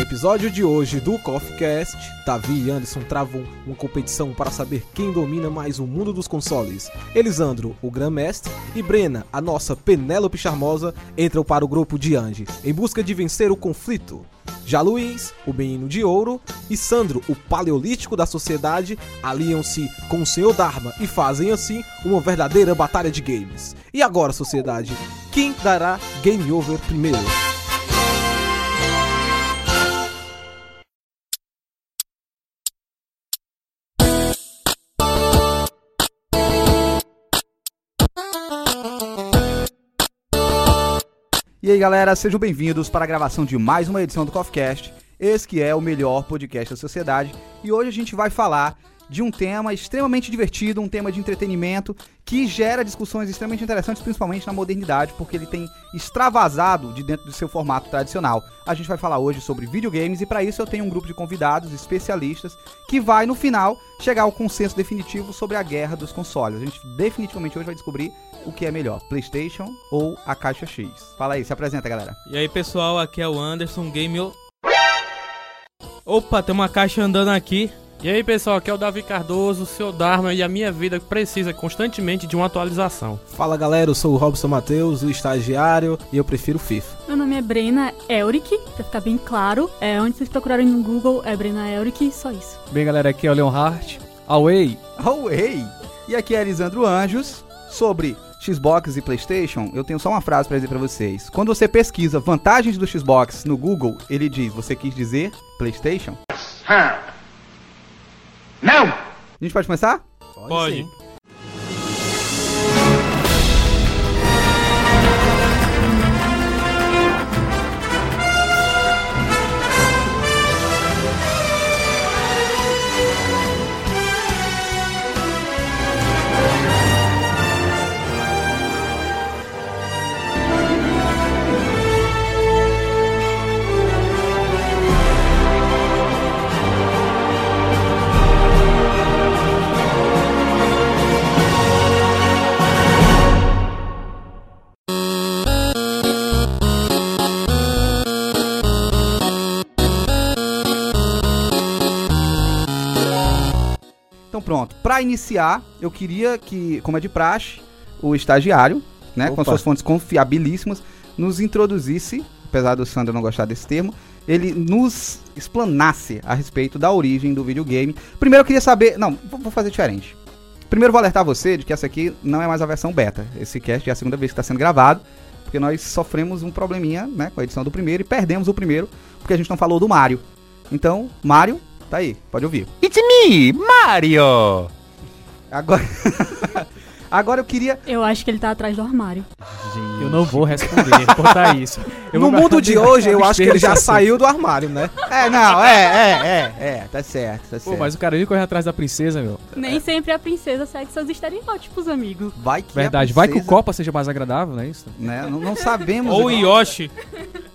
episódio de hoje do Coffee Cast, Davi e Anderson travam uma competição para saber quem domina mais o mundo dos consoles. Elisandro, o Grã-Mestre, e Brena, a nossa Penélope Charmosa, entram para o grupo de Ange, em busca de vencer o conflito. Já Luiz, o menino de ouro, e Sandro, o paleolítico da sociedade, aliam-se com o Senhor Dharma e fazem assim uma verdadeira batalha de games. E agora, sociedade, quem dará game over primeiro? E aí, galera, sejam bem-vindos para a gravação de mais uma edição do CoffeeCast. Esse que é o melhor podcast da sociedade. E hoje a gente vai falar de um tema extremamente divertido, um tema de entretenimento que gera discussões extremamente interessantes, principalmente na modernidade, porque ele tem extravasado de dentro do seu formato tradicional. A gente vai falar hoje sobre videogames e para isso eu tenho um grupo de convidados especialistas que vai no final chegar ao consenso definitivo sobre a guerra dos consoles. A gente definitivamente hoje vai descobrir o que é melhor, PlayStation ou a caixa X. Fala aí, se apresenta, galera. E aí pessoal, aqui é o Anderson Game. O- Opa, tem uma caixa andando aqui. E aí pessoal, aqui é o Davi Cardoso, o seu Dharma e a minha vida precisa constantemente de uma atualização. Fala galera, eu sou o Robson Matheus, o estagiário, e eu prefiro FIFA. Meu nome é Brena Elric, pra ficar bem claro. É, onde vocês procurarem no Google é Brena Elric, só isso. Bem, galera, aqui é o Leonhardt. Away! Oh, ei! E aqui é Elisandro Anjos sobre Xbox e PlayStation. Eu tenho só uma frase pra dizer pra vocês. Quando você pesquisa vantagens do Xbox no Google, ele diz: "Você quis dizer PlayStation?" Não! A gente pode começar? Pode. Então pronto. Pra iniciar, eu queria que, como é de praxe, o estagiário, né, com Opa. suas fontes confiabilíssimas, nos introduzisse, apesar do Sandro não gostar desse termo, ele nos explanasse a respeito da origem do videogame. Primeiro eu queria saber, não, vou vou fazer diferente. Primeiro vou alertar você de que essa aqui não é mais a versão beta. Esse cast é a segunda vez que está sendo gravado, porque nós sofremos um probleminha, né, com a edição do primeiro e perdemos o primeiro porque a gente não falou do Mario. Então, Mario, tá aí, pode ouvir. It's me, Mario! Agora. Agora eu queria. Eu acho que ele tá atrás do armário. Eu não vou responder, contar isso. Eu no vou mundo guardar de minha hoje, eu acho que ele já abstinência. saiu do armário, né? É, não, é, é, é, é, tá certo, tá certo. Pô, mas o cara ele corre atrás da princesa, meu. Nem sempre a princesa segue seus estereótipos, amigo. Vai que. a Verdade. Vai que o princesa, Copa seja mais agradável, não é isso? Né? Não, não sabemos. Ou o Yoshi.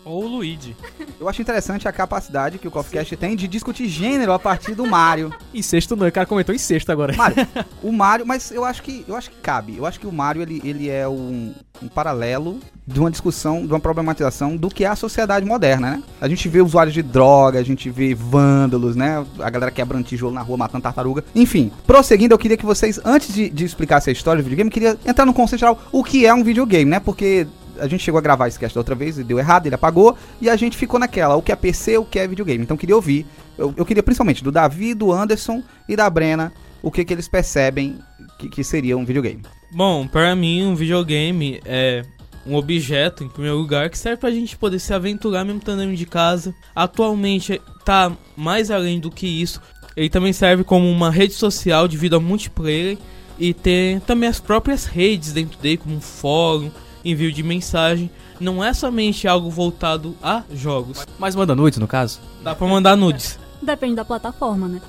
Ou o Luigi. Eu acho interessante a capacidade que o CoffeeCast tem de discutir gênero a partir do Mario. Em sexto não, o cara comentou em sexto agora. Mario, o Mario, mas eu acho que eu acho que cabe. Eu acho que o Mario ele, ele é um, um paralelo de uma discussão, de uma problematização do que é a sociedade moderna, né? A gente vê usuários de droga, a gente vê vândalos, né? A galera quebrando tijolo na rua, matando tartaruga. Enfim, prosseguindo, eu queria que vocês, antes de, de explicar essa história do videogame, eu queria entrar no conceito geral, o que é um videogame, né? Porque a gente chegou a gravar esse cast da outra vez e deu errado, ele apagou, e a gente ficou naquela, o que é PC, o que é videogame. Então eu queria ouvir, eu, eu queria principalmente do Davi, do Anderson e da Brena, o que, que eles percebem que, que seria um videogame. Bom, para mim, um videogame é um objeto, em primeiro lugar, que serve pra gente poder se aventurar mesmo estando dentro de casa. Atualmente, tá mais além do que isso. Ele também serve como uma rede social devido ao multiplayer e tem também as próprias redes dentro dele, como um fórum, envio de mensagem. Não é somente algo voltado a jogos. Mas manda nudes, no caso. Dá pra mandar nudes. Depende da plataforma, né?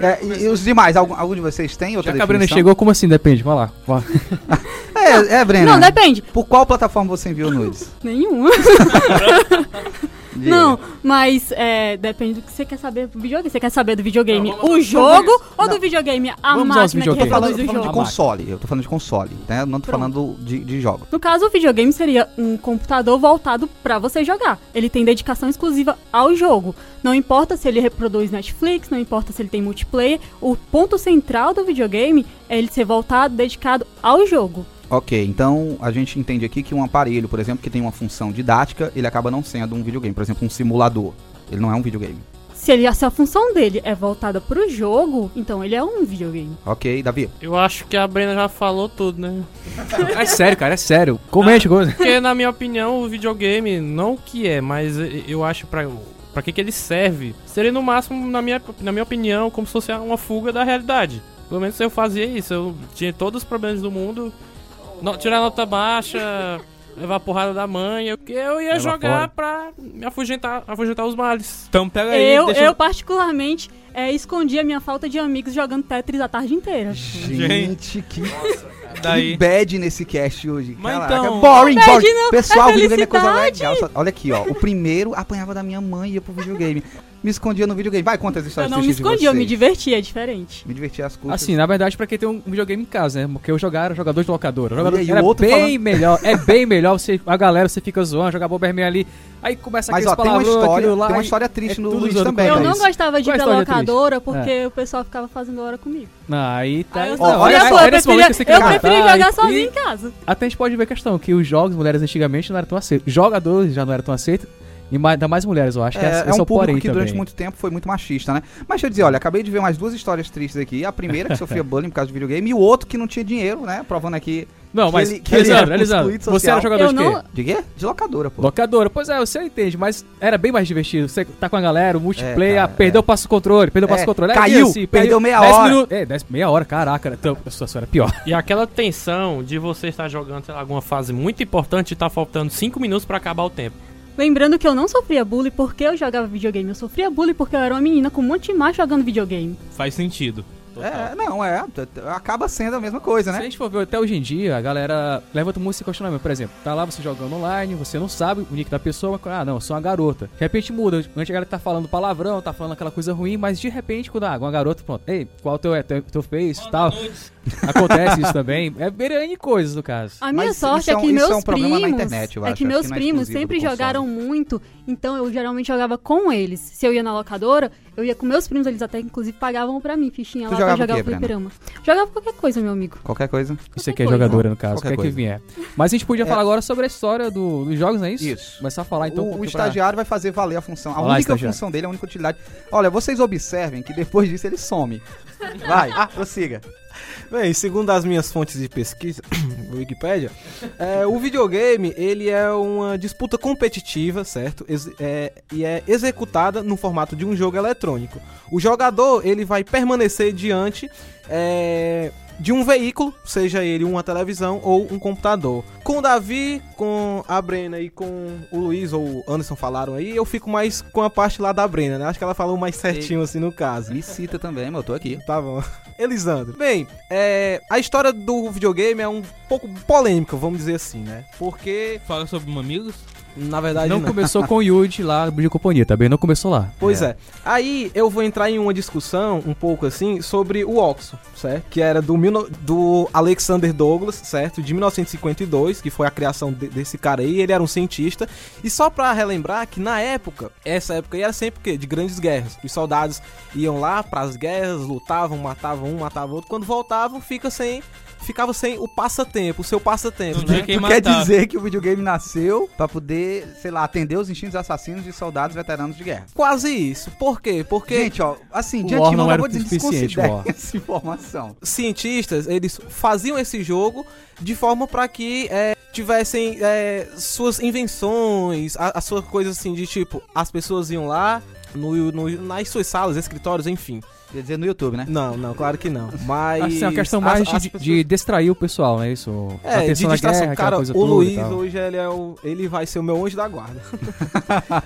É. É, e, e os demais, algum, algum de vocês tem outra Já que a Brena definição? chegou, como assim? Depende, vai lá. Vai. É, é Brena. Não, depende. Por qual plataforma você enviou nudes? Nenhuma. Diga. Não, mas é, depende do que você quer saber do videogame. Você quer saber do videogame Não, o vamos- jogo ou Não. do videogame a Vamos aos máquina que videogames. Tô falando, reproduz tô o falando de jogo? console, eu tô falando de console, né? Eu não tô Pronto. falando de, de jogo. No caso, o videogame seria um computador voltado pra você jogar. Ele tem dedicação exclusiva ao jogo. Não importa se ele reproduz Netflix, não importa se ele tem multiplayer, o ponto central do videogame é ele ser voltado, dedicado ao jogo. Ok, então a gente entende aqui que um aparelho, por exemplo, que tem uma função didática, ele acaba não sendo um videogame. Por exemplo, um simulador. Ele não é um videogame. Se, ele, se a função dele é voltada pro jogo, então ele é um videogame. Ok, Davi? Eu acho que a Brena já falou tudo, né? É sério, cara, é sério. Comente, coisa. Porque, na minha opinião, o videogame, não o que é, mas e- eu acho pra, pra que, que ele serve. Seria, no máximo, na minha, na minha opinião, como se fosse uma fuga da realidade. Pelo menos eu fazia isso. Eu tinha todos os problemas do mundo, no- tirar nota baixa, levar porrada da mãe. Eu, eu ia Levar jogar fora. pra me afugentar, afugentar os males. Então pega É, aí, Eu, deixa eu particularmente, é, escondi a minha falta de amigos jogando Tetris a tarde inteira. Gente, que, que daí. bad nesse cast hoje. Mas Caraca, então- boring, Bad boring. não, Pessoal, é videogame é coisa felicidade. legal. Só- Olha aqui, ó. O primeiro apanhava da minha mãe e ia pro videogame. Me escondia no videogame. Vai, conta as Eu histórias não me tristes de escondi, eu me vocês. divertia, é diferente. Me divertia as coisas. Assim, na verdade, pra quem tem um videogame em casa, né? Porque eu jogava, era jogador de locadora. Jogador, Olha aí, era o outro bem falando- melhor, é bem melhor. Você, a galera, você fica zoando, jogar Bomberman ali. Aí começa Mas aqueles ó, tem uma palavrão, história, aquilo lá, tem uma e- história triste é no tudo Luiz zoando também. né? com eu É não isso. gostava de ir Qual a pra história triste? É. locadora porque o pessoal ficava fazendo hora comigo. Não, aí tá. Aí eu, Não, só- olha olha só, pô, eu nesse preferia, momento que você quer eu preferia matar, jogar e- sozinho em casa. Até a gente pode ver a questão, que os jogos, mulheres antigamente não eram tão aceitos. Jogadores já não eram tão aceitos. E mais, ainda mais mulheres, eu acho que É, essa- é esse um o porém público que durante também. muito tempo foi muito machista, né? Mas deixa eu dizer, olha, acabei de ver mais duas histórias tristes aqui. A primeira que sofria bullying por causa de videogame e o outro que não tinha dinheiro, né? Provando aqui. Não, que mas, ele- que ele Elisandro, era um Elisandro, excluído você social. era jogador Eu de quê? não- De quê? De locadora, pô. Locadora, pois é, você entende, mas era bem mais divertido. Você tá com a galera, o multiplayer, É, ah, cara, perdeu o passo controle, perdeu o passo É, controle. aí caiu, perdeu meia dez hora. minutos- é, dez, meia hora, caraca, Então, era tão- a situação era pior. E aquela tensão de você estar jogando, sei lá, alguma fase muito importante e tá faltando 5 minutos pra acabar o tempo. Lembrando que eu não sofria bullying porque eu jogava videogame. Eu sofria bullying porque eu era uma menina com um monte de macho jogando videogame. Faz sentido. É, não, é. t- t- Acaba sendo a mesma coisa, Se a né? gente for ver até hoje em dia, a galera levanta muito esse questionamento. Por exemplo, tá lá você jogando online, você não sabe o nick da pessoa, mas, ah, não, eu sou uma garota. De repente muda. Antes a galera tá falando palavrão, tá falando aquela coisa ruim, mas de repente, quando ah, uma garota, pronto, ei, qual teu é, teu, teu face e tal. Acontece isso também. É berane coisas no caso. A minha Mas sorte isso é é um- que isso é meus um problema primos. na internet, eu é acho, que acho meus que não é primos exclusivo do sempre console. jogaram muito, então eu geralmente jogava com eles. Se eu ia na locadora, eu ia com meus primos, eles até inclusive pagavam pra mim fichinha Tu lá jogava o pra jogar quê, o fliperama. Jogava qualquer coisa, meu amigo. Qualquer coisa. Isso aqui Qualquer é coisa. jogadora, no caso, Qualquer quer que coisa. vier. Mas a gente podia É. falar agora sobre a história do- dos jogos, não é isso? Isso. Começar a falar então. um o, o pouquinho pra- estagiário vai fazer valer a função. A Olá, única estagiário. função dele, é a única utilidade. Olha, vocês observem que depois disso ele some. Vai, ah, prossiga. Bem, segundo as minhas fontes de pesquisa, Wikipédia, é, o videogame ele é uma disputa competitiva, certo? Ex- é, e é executada no formato de um jogo eletrônico. O jogador ele vai permanecer diante é, de um veículo, seja ele uma televisão ou um computador. Com o Davi, com a Brena e com o Luiz ou o Anderson falaram aí, eu fico mais com a parte lá da Brena, né? Acho que ela falou mais certinho assim no caso. Me cita também, mas eu tô aqui. Tá bom. Elisandro. Bem, é, a história do videogame é um pouco polêmica, vamos dizer assim, né? Porque, Fala sobre mamilos. na verdade, Não né? não. começou com o Yuji lá de companhia, tá bem? Não começou lá. Pois é. Aí eu vou entrar em uma discussão um pouco assim sobre o Oxo, certo? Que era do, mil no- do Alexander Douglas, certo? De 1952, que foi a criação de- desse cara aí. Ele era um cientista. E só pra relembrar que na época, essa época aí era sempre o quê? De grandes guerras. Os soldados iam lá pras guerras, lutavam, matavam um, matavam outro. Quando voltavam, fica sem. Ficava sem o passatempo, o seu passatempo, Não né? tinha quem Tu quer matar. dizer que o videogame nasceu pra poder, sei lá, atender os instintos assassinos de soldados veteranos de guerra. Quase isso. Por quê? Porque. Gente, ó, assim, O de War antemão não eu era vou o dizer suficiente, desconsidere War. essa informação. cientistas eles faziam esse jogo de forma para que é, tivessem é, suas invenções, a, a sua coisa assim de tipo as pessoas iam lá no, no- nas suas salas, escritórios, enfim. Quer dizer, no YouTube, né? Não, não, claro que não. Mas Assim, é uma questão as- mais as de, pessoas- de distrair o pessoal, né? Isso. A é, de tensão na distração. guerra, aquela Cara, coisa o toda e Luiz tal. hoje ele, é o- ele vai ser o meu anjo da guarda.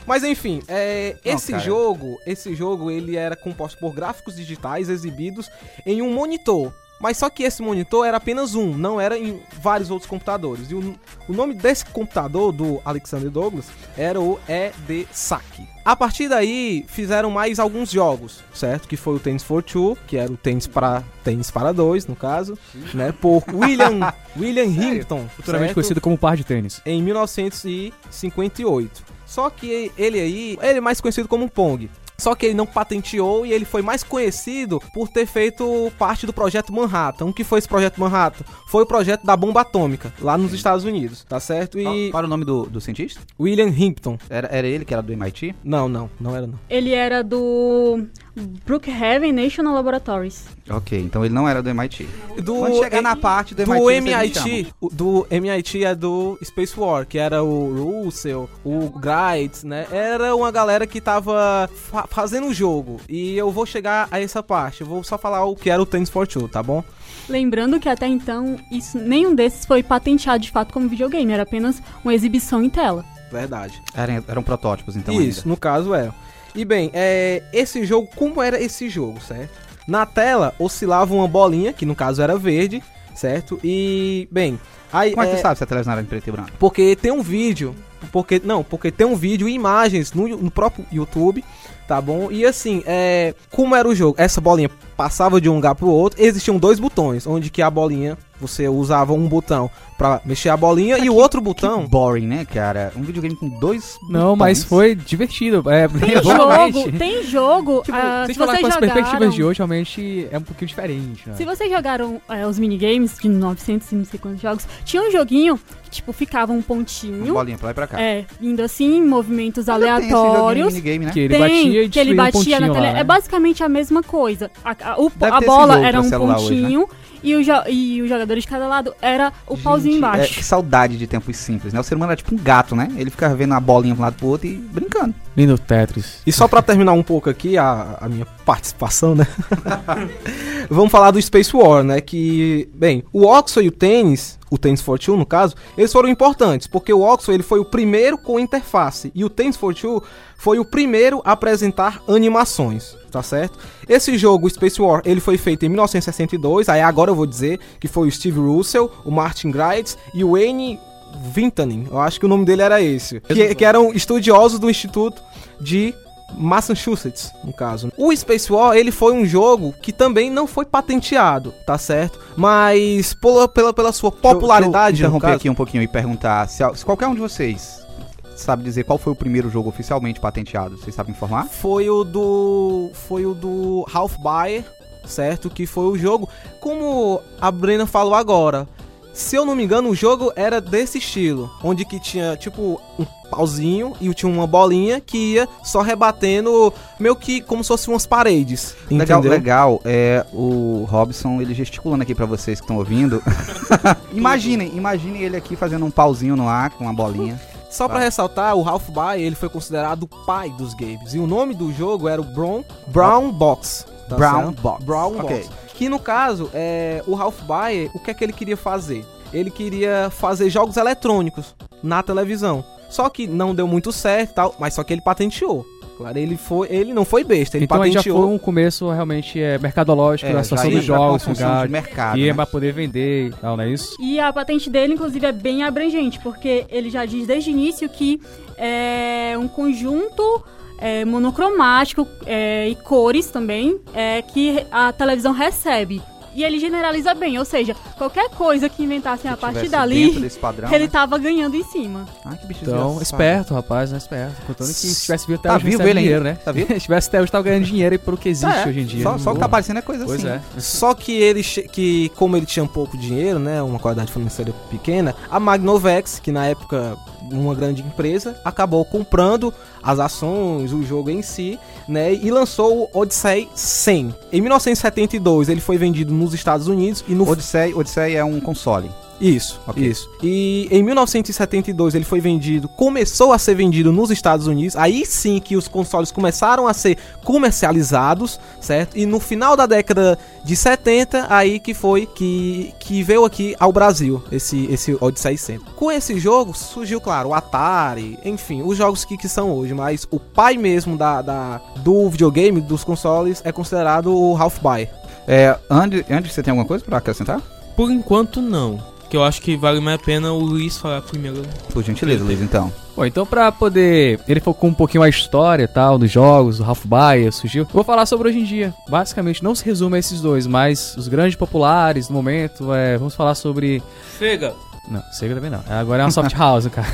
Mas enfim, é, Não, esse cara. jogo, esse jogo ele era composto por gráficos digitais exibidos em um monitor. Mas só que esse monitor era apenas um, não era em vários outros computadores. E o, o nome desse computador do Alexander Douglas era o EDSAC. A partir daí, fizeram mais alguns jogos, certo? Que foi o Tennis for Two, que era o tênis para tênis para dois, no caso, né? Por William William Hinton, Futuramente certo? conhecido como um par de tênis. em 1958. Só que ele aí, ele é mais conhecido como Pong. Só que ele não patenteou e ele foi mais conhecido por ter feito parte do projeto Manhattan. O que foi esse projeto Manhattan? Foi o projeto da bomba atômica, lá nos Estados Unidos, tá certo? E Para o nome do, do cientista? William Himpton. Era, era ele que era do MIT? Não, não, não era não. Ele era do Brookhaven National Laboratories. Ok, então ele não era do MIT. Do Quando chegar na parte do, do MIT, vocês me chamam. MIT, o- do MIT é do Space War, que era o Russell, o Greitz, né? Era uma galera que tava fa- fazendo o jogo. E eu vou chegar a essa parte. Eu vou só falar o que era o Tennis for Two, tá bom? Lembrando que até então isso, nenhum desses foi patenteado de fato como videogame, era apenas uma exibição em tela. Verdade. Eram, eram protótipos, então, Isso, no caso é. E bem, é, esse jogo, como era esse jogo, certo? Na tela oscilava uma bolinha, que no caso era verde, certo? E, bem, aí. ainda. Como é que é, você sabe se a televisão era em preto e branco? Porque tem um vídeo. Porque, não, porque tem um vídeo e imagens no, no próprio YouTube, tá bom? E assim, é, como era o jogo? Essa bolinha passava de um lugar pro outro, existiam dois botões, onde que a bolinha, você usava um botão pra mexer a bolinha e o outro botão. Que boring, né, cara? Um videogame com dois Não, botões. mas foi divertido. É, Tem realmente. jogo, tem jogo. Tipo, ah, se se falar vocês com as jogaram, perspectivas de hoje, realmente é um pouquinho diferente, né? se vocês jogaram é, os minigames de 900 e não sei quantos jogos, tinha um joguinho que tipo ficava um Uma pontinho, bolinha pra lá e pra cá. é, indo assim, em movimentos Ainda tem esse joguinho de aleatórios. minigame, né? Que ele Tem, batia e que ele destruía um batia na pontinho tele. lá, né? É basicamente a mesma coisa. A, a- o- Deve a ter esse bola jogo era pra um celular hoje, né? pontinho e, o jo- e o jogador de cada lado era o pauzinho Gente, é, embaixo. que saudade de tempos simples, né? O ser humano era tipo um gato, né? Ele ficava vendo a bolinha pra um lado pro outro e brincando. Lindo Tetris. E só pra terminar um pouco aqui a, a minha participação, né? Vamos falar do Space War, né? Que, bem, o Oxford e o tênis, o tênis for Two, no caso, eles foram importantes, porque o Oxford ele foi o primeiro com interface e o tênis for Two foi o primeiro a apresentar animações, tá certo? Esse jogo, o Space War, ele foi feito em 1962, aí agora eu vou dizer que foi o Steve Russell, o Martin Greitz e o Wayne Vintanen, eu acho que o nome dele era esse, que, que eram estudiosos do Instituto de Massachusetts, no caso. O Space War, ele foi um jogo que também não foi patenteado, tá certo? Mas pela, pela, pela sua popularidade, Deixa eu, deixa eu no interromper caso, aqui um pouquinho e perguntar se, se qualquer um de vocês sabe dizer qual foi o primeiro jogo oficialmente patenteado. Vocês sabem informar? foi o do foi o do Ralph Baer, certo? Que foi o jogo, como a Brena falou agora. Se eu não me engano, o jogo era desse estilo, onde que tinha tipo um pauzinho e tinha uma bolinha que ia só rebatendo meio que como se fossem umas paredes, Legal, entendeu? legal. É o Robson, ele gesticulando aqui pra vocês que estão ouvindo. imaginem, imaginem ele aqui fazendo um pauzinho no ar com uma bolinha. Só Ah. pra ressaltar, o Ralph Baer, ele foi considerado o pai dos games. E o nome do jogo era o Brown, Brown Box. tá Brown certo? Box. Brown Ok. Box. Que no caso, é, o Ralph Baer, o que é que ele queria fazer? Ele queria fazer jogos eletrônicos na televisão. Só que não deu muito certo e tal, mas só que ele patenteou. Claro, ele, foi, ele não foi besta, ele então aí já foi patenteou. um começo realmente é, mercadológico já da tá situação ia dos pra uma jogos, função lugar. de mercado. E é né? pra poder vender e tal, não é isso? E a patente dele, inclusive, é bem abrangente, porque ele já diz desde o início que é um conjunto é, monocromático é, e cores também é, que a televisão recebe. E ele generaliza bem, ou seja, qualquer coisa que inventassem a Se partir tivesse dali, dentro desse padrão, ele né? tava ganhando em cima. Ah, que bicho Então, desgraçado. esperto, rapaz, né? Esperto. Contando que se tivesse vivo até Tá hoje, vivo recebe ele dinheiro, ainda? né? Tá vivo? se tivesse até hoje, tava ganhando dinheiro aí pelo que existe Tá, é. hoje em dia. Uhum. Só, só o que tá aparecendo é coisa Pois assim. é. Só que ele, che- que como ele tinha pouco dinheiro, né, uma qualidade financeira pequena, a Magnovex, que na época uma grande empresa, acabou comprando as ações, o jogo em si, né, e lançou o Odyssey 100. Em 1972 ele foi vendido nos Estados Unidos e no Odyssey, Odyssey é um console. isso, Ok. isso. E em 1972 ele foi vendido, começou a ser vendido nos Estados Unidos. Aí sim que os consoles começaram a ser comercializados, certo? E no final da década de 70 aí que foi que, que veio aqui ao Brasil esse esse Odyssey 100. Com esse jogo surgiu, claro, o Atari, enfim, os jogos que, que são hoje, mas o pai mesmo da, da do videogame, dos consoles é considerado o Ralph Baer. É, Andy, Andy, você tem alguma coisa pra acrescentar? Por enquanto, não. Que eu acho que vale mais a pena o Luiz falar primeiro. Por gentileza, Luiz, então. Bom, então pra poder. Ele focou um pouquinho a história e tal, dos jogos, o Ralph Baia, surgiu. Vou falar sobre hoje em dia. Basicamente, não se resume a esses dois, mas os grandes populares do momento. é, vamos falar sobre. Chega! Não, Sega também não. Agora é uma soft house, cara.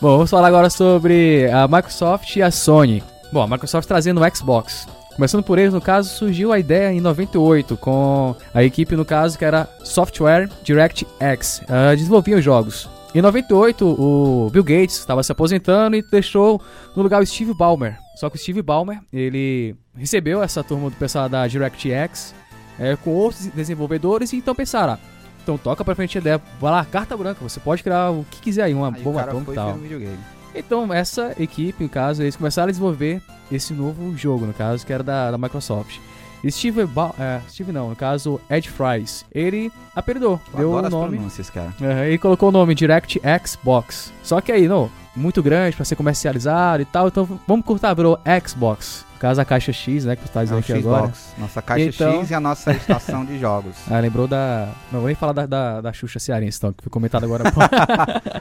Bom, vamos falar agora sobre a Microsoft e a Sony. Bom, a Microsoft trazendo o Xbox. Começando por eles, no caso, surgiu a ideia em 98 com a equipe, no caso, que era Software DirectX. Ah, desenvolviam jogos. Em 98, o Bill Gates estava se aposentando e deixou no lugar o Steve Ballmer. Só que o Steve Ballmer, ele recebeu essa turma do pessoal da DirectX eh, com outros desenvolvedores e então pensaram, ah, então toca pra frente a ideia, vai lá, carta branca, você pode criar o que quiser aí, uma Aí o bomba cara atômica foi e tal. ver um videogame. Então, essa equipe, no caso, eles começaram a desenvolver esse novo jogo, no caso, que era da, da Microsoft. E Steve, ba é, Steve não, no caso, Ed Fries, ele apelidou, Eu deu adoro o as nome. pronúncias, cara. Aham, ele colocou o nome Direct Xbox. Só que aí, não, muito grande pra ser comercializado e tal, então vamos cortar, virou Xbox. No caso, a caixa X, né, que tu tá É dizendo o aqui agora. Xbox, nossa caixa é Então- X e a nossa estação de jogos. Ah, lembrou da. Não, vou nem falar da, da, da Xuxa Cearense, então, que foi comentado agora há pouco.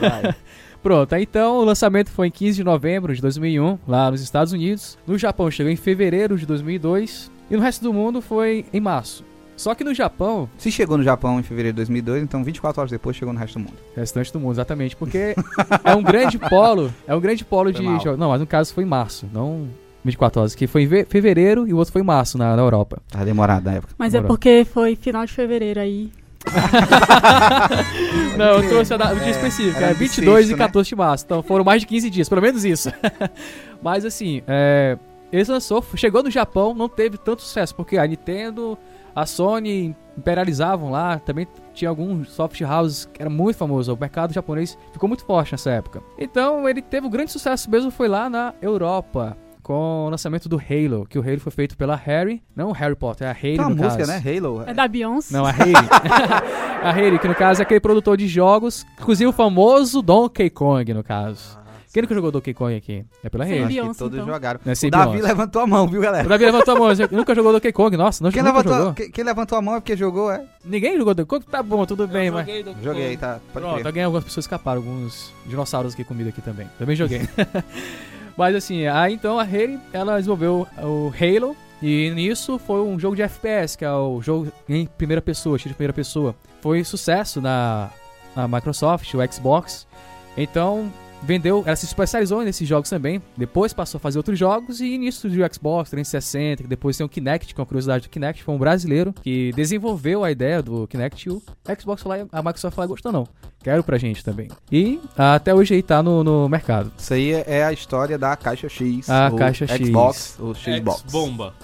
Vai. Pronto, aí então o lançamento foi em 15 de novembro de 2001, lá nos Estados Unidos. No Japão chegou em fevereiro de 2002 e no resto do mundo foi em março. Só que no Japão, Se chegou no Japão em fevereiro de 2002, então 24 horas depois chegou no resto do mundo. restante do mundo, exatamente, porque é um grande polo, é um grande polo de Foi mal. jogos. Não, mas no caso foi em março, não 24 horas, que foi em ve- fevereiro e o outro foi em março na, na Europa. Tava Tá demorado na época. Mas é Bora. porque foi final de fevereiro aí. Não, eu trouxe a da- o dia específico, era é bissexto, 22 e né? 14 de março, então foram mais de 15 dias, pelo menos isso. Mas assim, é, eles lançou, chegou no Japão, não teve tanto sucesso, porque a Nintendo, a Sony imperializavam lá, também tinha alguns soft houses que era muito famoso, o mercado japonês ficou muito forte nessa época. Então ele teve um grande sucesso mesmo, foi lá na Europa. Com o lançamento do Halo, que o Halo foi feito pela Harry, não Harry Potter, é a Harry Tem uma no música, caso. né? Halo. É da Beyoncé. Não, a Haley. a Haley, que no caso é aquele produtor de jogos, inclusive o famoso Donkey Kong, no caso. Quem nunca jogou Donkey Kong aqui? É pela Sim. Eu Haley. acho que Beyoncé, todos então. jogaram. É O sempre Davi nós. levantou a mão, viu, O galera? Davi levantou a mão, você nunca jogou Donkey Kong? Nossa, não Quem nunca levantou, jogou. quem, quem levantou a mão é porque jogou, é? Ninguém jogou Donkey Kong? Tá bom, tudo bem, mas... Joguei, doutor. Joguei, tá? Pode Pronto, crer. alguém, algumas pessoas escaparam, alguns dinossauros aqui comigo aqui também. Também joguei. Mas assim, aí então a Haley, ela desenvolveu o Halo, e nisso foi um jogo de FPS, que é o jogo em primeira pessoa, tiro de primeira pessoa. Foi sucesso na, na Microsoft, o Xbox. Então, vendeu, ela se especializou nesses jogos também. Depois passou a fazer outros jogos e nisso surgiu o Xbox 360, que depois tem o Kinect, com a curiosidade do Kinect, foi um brasileiro que desenvolveu a ideia do Kinect e o Xbox foi lá, e a Microsoft falou, gostou não, quero pra gente também. E até hoje aí tá no, no mercado. Isso aí é é a história da Ah, caixa X. A ou caixa X. Xbox, ou Xbox. Bomba.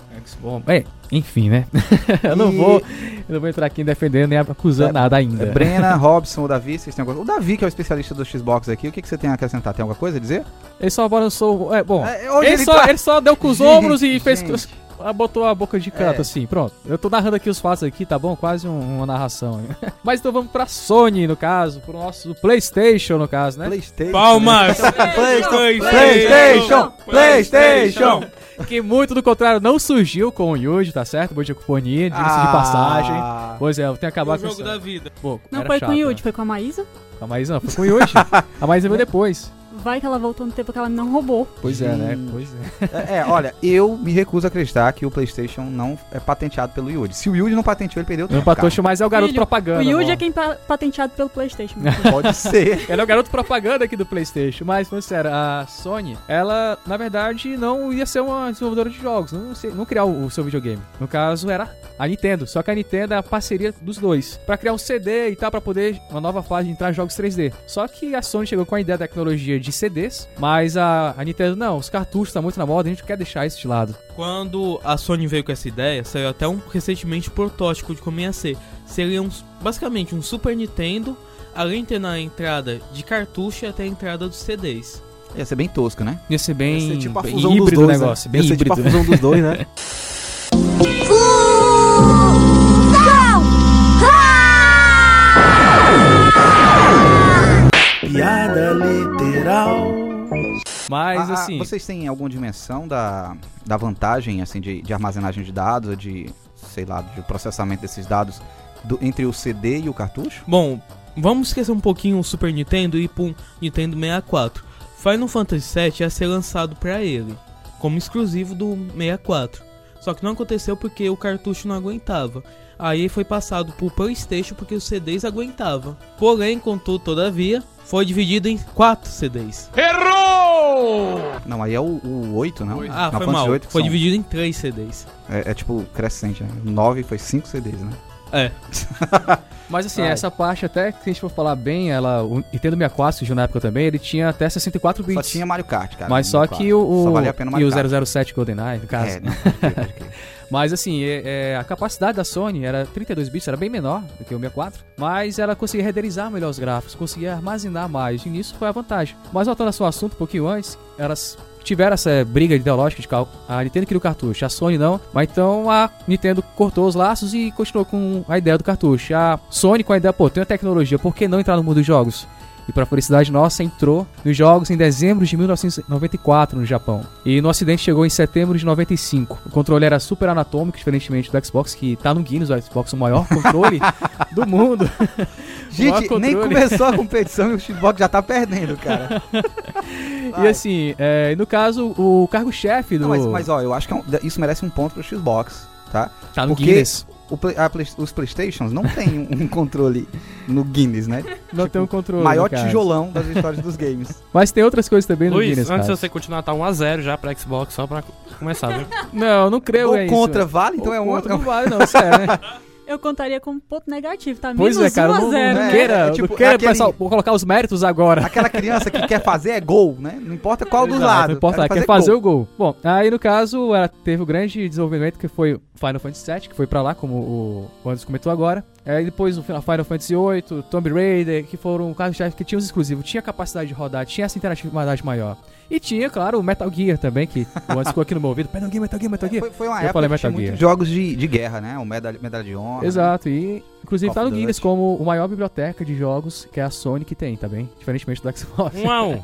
Bom, é, enfim, né? eu, não E- vou, eu não vou entrar aqui defendendo nem acusando É- nada ainda. É, Brena, Robson, o Davi, vocês têm alguma coisa? O Davi, que é o especialista do Xbox aqui, o que, que você tem a acrescentar? Tem alguma coisa a dizer? Ele só balançou, é, bom, É, hoje ele, só, tá- ele só deu com os ombros e Gente, fez... gente. Ah, botou a boca de canto, É. assim, pronto. Eu tô narrando aqui os fatos aqui, tá bom? Quase um- uma narração. Mas então vamos pra Sony, no caso, pro nosso Playstation, no caso, né? PlayStation. Palmas! PlayStation! PlayStation! Que muito do contrário não surgiu com o Yuji, tá certo? Bom dia companhia, diga-se de Ah. passagem. Pois é, eu tenho que acabar O com jogo isso. da vida. Pô, Não era foi chato, com o né? Yudi, foi com a Maísa. A Maísa foi com o Yuji. A Maísa veio depois. Vai que ela voltou no tempo que ela não roubou. Pois é, né? Gente. Pois é. É, é, olha, eu me recuso a acreditar que o PlayStation não é patenteado pelo Yuji. Se o Yuji não patenteou, ele perdeu Não tempo. cara. patocho mais é o garoto Filho, propaganda. o Yuji mano. é quem tá patenteado pelo Playstation. meu filho. Pode ser. Ele é o garoto propaganda aqui do PlayStation, mas falando sério, a Sony, ela na verdade não ia ser uma desenvolvedora de jogos, não, se- não criar o, o seu videogame. No caso era a Nintendo, só que a Nintendo é a parceria dos dois Pra criar um CD e tal pra poder uma nova fase de entrar em jogos 3D. Só que a Sony chegou com a ideia da tecnologia de CDs, mas a, a Nintendo não, os cartuchos tá muito na moda, a gente quer deixar isso de lado. Quando a Sony veio com essa ideia, saiu até um recentemente protótipo de como ia ser. Seria um, basicamente um Super Nintendo, além de ter na entrada de cartucho até a entrada dos CDs. Ia ser bem tosco, né? Ia ser bem, Ia ser tipo a Hum, bem fusão dos híbrido o dois, negócio, né? bem Ia ser tipo híbrido. a fusão dos dois, né? Piada literal. Mas Ah, ah, assim, Vocês têm alguma dimensão da, da vantagem, assim, de, de armazenagem de dados, de sei lá, de processamento desses dados do- entre o CD e o cartucho? Bom, vamos esquecer um pouquinho o Super Nintendo e ir pro Nintendo 64. Final Fantasy VII ia ser lançado pra ele, como exclusivo do 64. Só que não aconteceu porque o cartucho não aguentava. Aí foi passado pro PlayStation porque os CDs aguentavam. Porém, contudo, todavia, foi dividido em quatro CDs. Não, aí é o, o 8, não? Final Ah, foi Fantasy mal. 8 que Foi são- dividido em três CDs. é, é tipo crescente, né? 9 foi 5 CDs, né? É. Mas assim, Ai. essa parte até que se a gente for falar bem, ela, o Nintendo 64 surgiu na época também, ele tinha até 64 bits. Só tinha Mario Kart, cara. mas no só quadro. que o, o Só valia a pena o e Mario Kart. o 007 GoldenEye, no caso. É, né? Pode crer, pode crer. Mas assim, é- é, a capacidade da Sony era 32 bits, era bem menor do que o 64, mas ela conseguia renderizar melhor os gráficos, conseguia armazenar mais, e nisso foi a vantagem. Mas voltando ao seu assunto um pouquinho antes, elas tiveram essa briga ideológica de cal... a Nintendo queria o cartucho, a Sony não, mas então a Nintendo cortou os laços e continuou com a ideia do cartucho. A Sony com a ideia, pô, tem a tecnologia, por que não entrar no mundo dos jogos? E pra felicidade nossa, entrou nos jogos em dezembro de 1994 no Japão. E no ocidente chegou em setembro de 95. O controle era super anatômico, diferentemente do Xbox, que tá no Guinness, o Xbox é o maior controle do mundo. Gente, nem controle. começou a competição e o Xbox já tá perdendo, cara. E assim, é, no caso, o cargo-chefe do... Não, mas, mas, ó, eu acho que é um- isso merece um ponto pro Xbox, tá? tá no porque- Guinness. O Play- a Play- os Playstations não tem um, um controle no Guinness, né? Não tipo, tem um controle, Maior cara. tijolão das histórias dos games. Mas tem outras coisas também no Luiz, Guinness, antes de cara. você continuar, tá 1x0 já pra Xbox, só pra começar, viu? Não, não creio Ou é isso. contra vale, então Ou é um contra é não vale não, sério, né? Eu contaria como ponto negativo, tá? Pois é, Menos 1 cara, a não, não, zero. né? queira, É, tipo, não queira aquele- pessoal, vou colocar os méritos agora. é um- Aquela criança que quer fazer é gol, né? Não importa qual dos Exato, lados. Não importa, quer fazer o gol. Bom, aí no caso, ela teve o grande desenvolvimento que foi o Final Fantasy VII, que foi pra lá, como o o Anderson comentou agora. Aí depois o Final Final Fantasy VIII, Tomb Raider, que foram casos que tinham os exclusivos, tinha capacidade de rodar, tinha essa interatividade maior. E tinha, claro, o Metal Gear também, que o Anderson ficou aqui no meu ouvido, Metal Gear, Metal Gear, Metal Gear. É, Foi, foi uma Eu época falei que tinha Metal Gear. muitos jogos de, de guerra, né? O Medalha, medalha de Honra. né? Exato, e inclusive Call tá no of Duty. Guinness como o maior biblioteca de jogos que é a Sony que tem, tá bem? Diferentemente do Xbox. 1x1.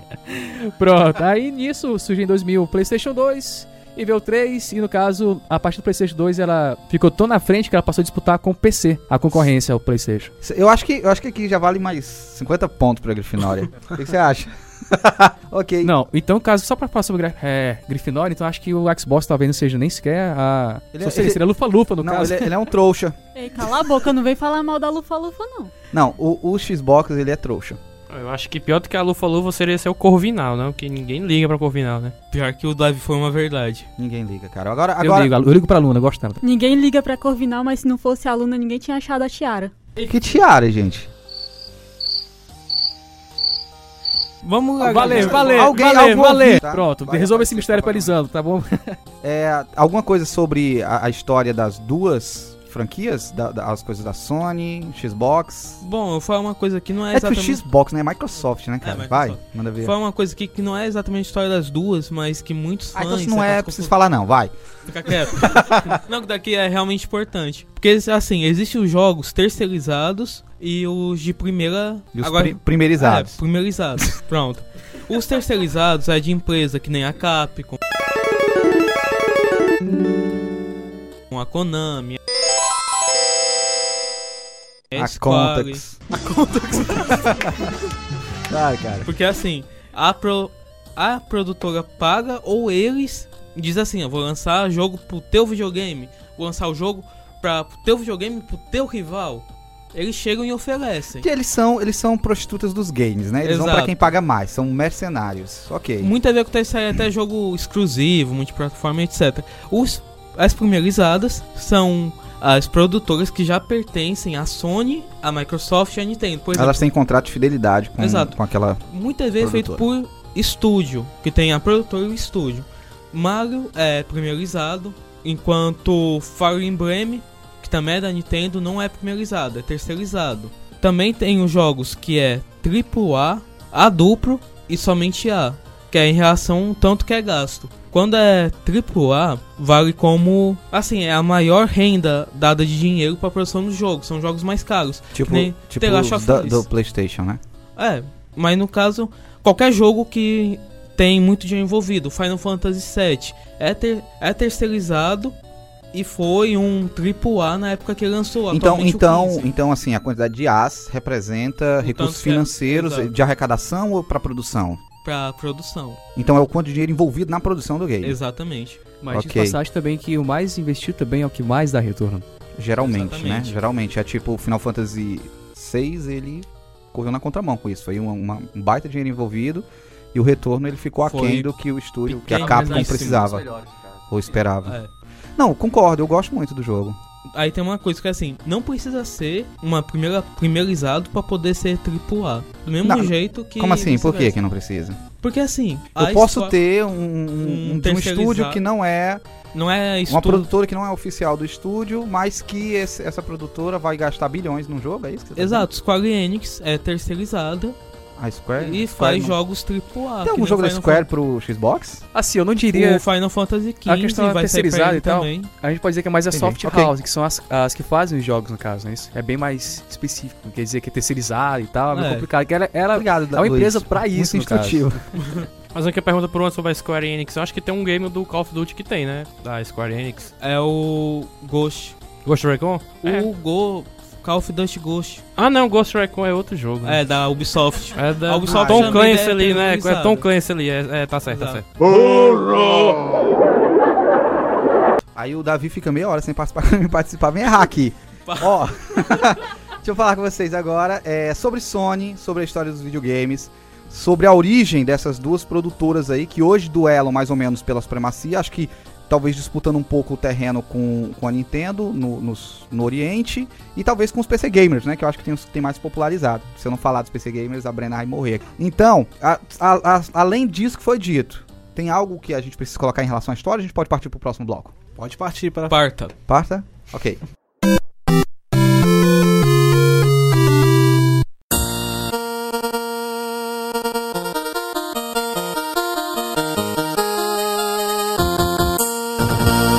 Pronto, aí nisso surge em 2000 o PlayStation 2 e veio o 3, e no caso, a parte do PlayStation 2 ela ficou tão na frente que ela passou a disputar com o PC, a concorrência ao PlayStation. Eu acho, que, eu acho que aqui já vale mais 50 pontos pra Grifinória. O que que você acha? ok. Não, então, caso só pra falar sobre Gri- é, Grifinória, então acho que o Xbox talvez não seja nem sequer a. Ele só é- seria, ele- seria Lufa-Lufa no Não, caso. ele, é- ele é um trouxa. Ei, cala a boca, não vem falar mal da Lufa-Lufa, não. Não, o, o Xbox ele é trouxa. Eu acho que pior do que a Lu falou, seria ser o Corvinal, né? Porque ninguém liga pra Corvinal, né? Pior que o Davi foi uma verdade. Ninguém liga, cara. Agora, Eu, é- agora ligo, eu ligo pra Luna, eu gosto dela. Ninguém liga pra Corvinal, mas se não fosse a aluna, ninguém tinha achado a tiara. que tiara, gente? Vamos lá, Valeu, galera. valeu, Alguém- valeu, algum valeu. ouvinte, tá? Pronto, Vai, resolve vai, esse mistério vai, pra vai. Elisandro, tá bom? É, alguma coisa sobre a, a história das duas franquias, Da- da- as coisas da Sony, Xbox. Bom, eu falo uma coisa que não é É que o exatamente... Xbox, né? É Microsoft, né, cara? É, Vai, Microsoft. manda ver. Foi uma coisa que, que não é exatamente a história das duas, mas que muitos fãs. Ah, então se não né, é, ficam preciso confusos. falar não, vai. Fica quieto. não, que daqui é realmente importante. Porque, assim, existem os jogos terceirizados e os de primeira. E os pri- primeirizados. É, primeirizados. Pronto. Os terceirizados é de empresa que nem a Capcom. Com a Konami. a Square. Contax. A Contax. ah, cara. Porque assim, a, pro- a produtora paga ou eles diz assim, eu vou lançar jogo pro teu videogame, vou lançar o jogo pra, pro teu videogame pro teu rival. Eles chegam e oferecem. Que eles são, eles são prostitutas dos games, né? Eles vão pra Exato. quem paga mais, são mercenários. Ok. Muitas vezes acontece aí até jogo exclusivo, multiplataforma, etc. Os, as primeirizadas são as produtoras que já pertencem à Sony, à Microsoft e à Nintendo. Por exemplo, Elas têm contrato de fidelidade com, Exato. com aquela muitas vezes feito por estúdio, que tem a produtora e o estúdio. Mario é primeirizado, enquanto Fire Emblem, que também é da Nintendo, não é primeirizado, é terceirizado. Também tem os jogos que é AAA, A duplo e somente A, que é em relação ao tanto que é gasto. Quando é AAA, vale como, assim, é a maior renda dada de dinheiro para a produção do jogo, são jogos mais caros. Tipo, nem tipo The Last os of da- Us. do PlayStation, né? É, mas no caso, qualquer jogo que tem muito dinheiro envolvido, Final Fantasy VII, é, ter, é terceirizado e foi um AAA na época que lançou. Então, atualmente o então, 15. então, assim, a quantidade de As representa recursos tanto que é- financeiros exato. de arrecadação ou para produção. pra produção. Então é o quanto de dinheiro envolvido na produção do game, Exatamente. Mas de Ok. passagem também que o mais investido também é o que mais dá retorno. geralmente, né? exatamente. Geralmente é tipo o Final Fantasy VI, ele correu na contramão com isso, foi uma, uma- um baita dinheiro envolvido e o retorno ele ficou Foi aquém do que o estúdio, que a pequeno, Capcom mas assim, lá em cima precisava ou esperava. É. Não, concordo, eu gosto muito do jogo. Aí tem uma coisa que é assim, não precisa ser uma primeira primeirizado pra poder ser AAA. Do mesmo Não, jeito que Como assim? Por que vice-versa. que não precisa? Porque assim, a Eu posso história- ter um, um, um de um estúdio terceirizado. que não é não é Uma estudo, produtora que não é oficial do estúdio, mas que esse- essa produtora vai gastar bilhões num jogo, é isso? Que você tá Exato, Square Enix é terceirizada dizendo? A É, Square? Square e faz não- jogos AAA. Tem algum jogo da Square pro Xbox? Assim, eu não diria. Queria... O Final Fantasy XV A questão é vai sair pra terceirizado ele e tal. também. A gente pode dizer que é mais a Entendi. soft Ok. house, que são as, as que fazem os jogos, no caso, né? Isso é bem mais específico. Quer dizer que é terceirizado e tal, é, meio É. complicado. Que ela, ela Obrigado, é uma Luiz. empresa pra isso, no Muito caso. instrutivo. Mas aqui a pergunta por onde sobre a Square Enix. Eu acho que tem um game do Call of Duty que tem, né? Da Square Enix. É o Ghost. Ghost Recon? É. O Go... Call of Duty Ghost. Ah, não, Ghost Recon é outro jogo. né? É, da Ubisoft. É da A Ubisoft Tom também Clancy deve ali, ter né? É utilizado. Tom Clancy ali, é, é, tá certo, tá Exato. certo. Aí o Davi fica meia hora sem participar, me participar. vem errar aqui. Ó, deixa eu falar com vocês agora é, sobre Sony, sobre a história dos videogames, sobre a origem dessas duas produtoras aí, que hoje duelam mais ou menos pela supremacia, acho que talvez disputando um pouco o terreno com, com a Nintendo no, nos- no Oriente e talvez com os PC Gamers, né, que eu acho que tem, os- tem mais popularizado. Se eu não falar dos PC Gamers, a Brenna vai morrer. Então, a- a- a- além disso que foi dito, tem algo que a gente precisa colocar em relação à história? A gente pode partir pro próximo bloco. Pode partir para Parta. Parta? Ok.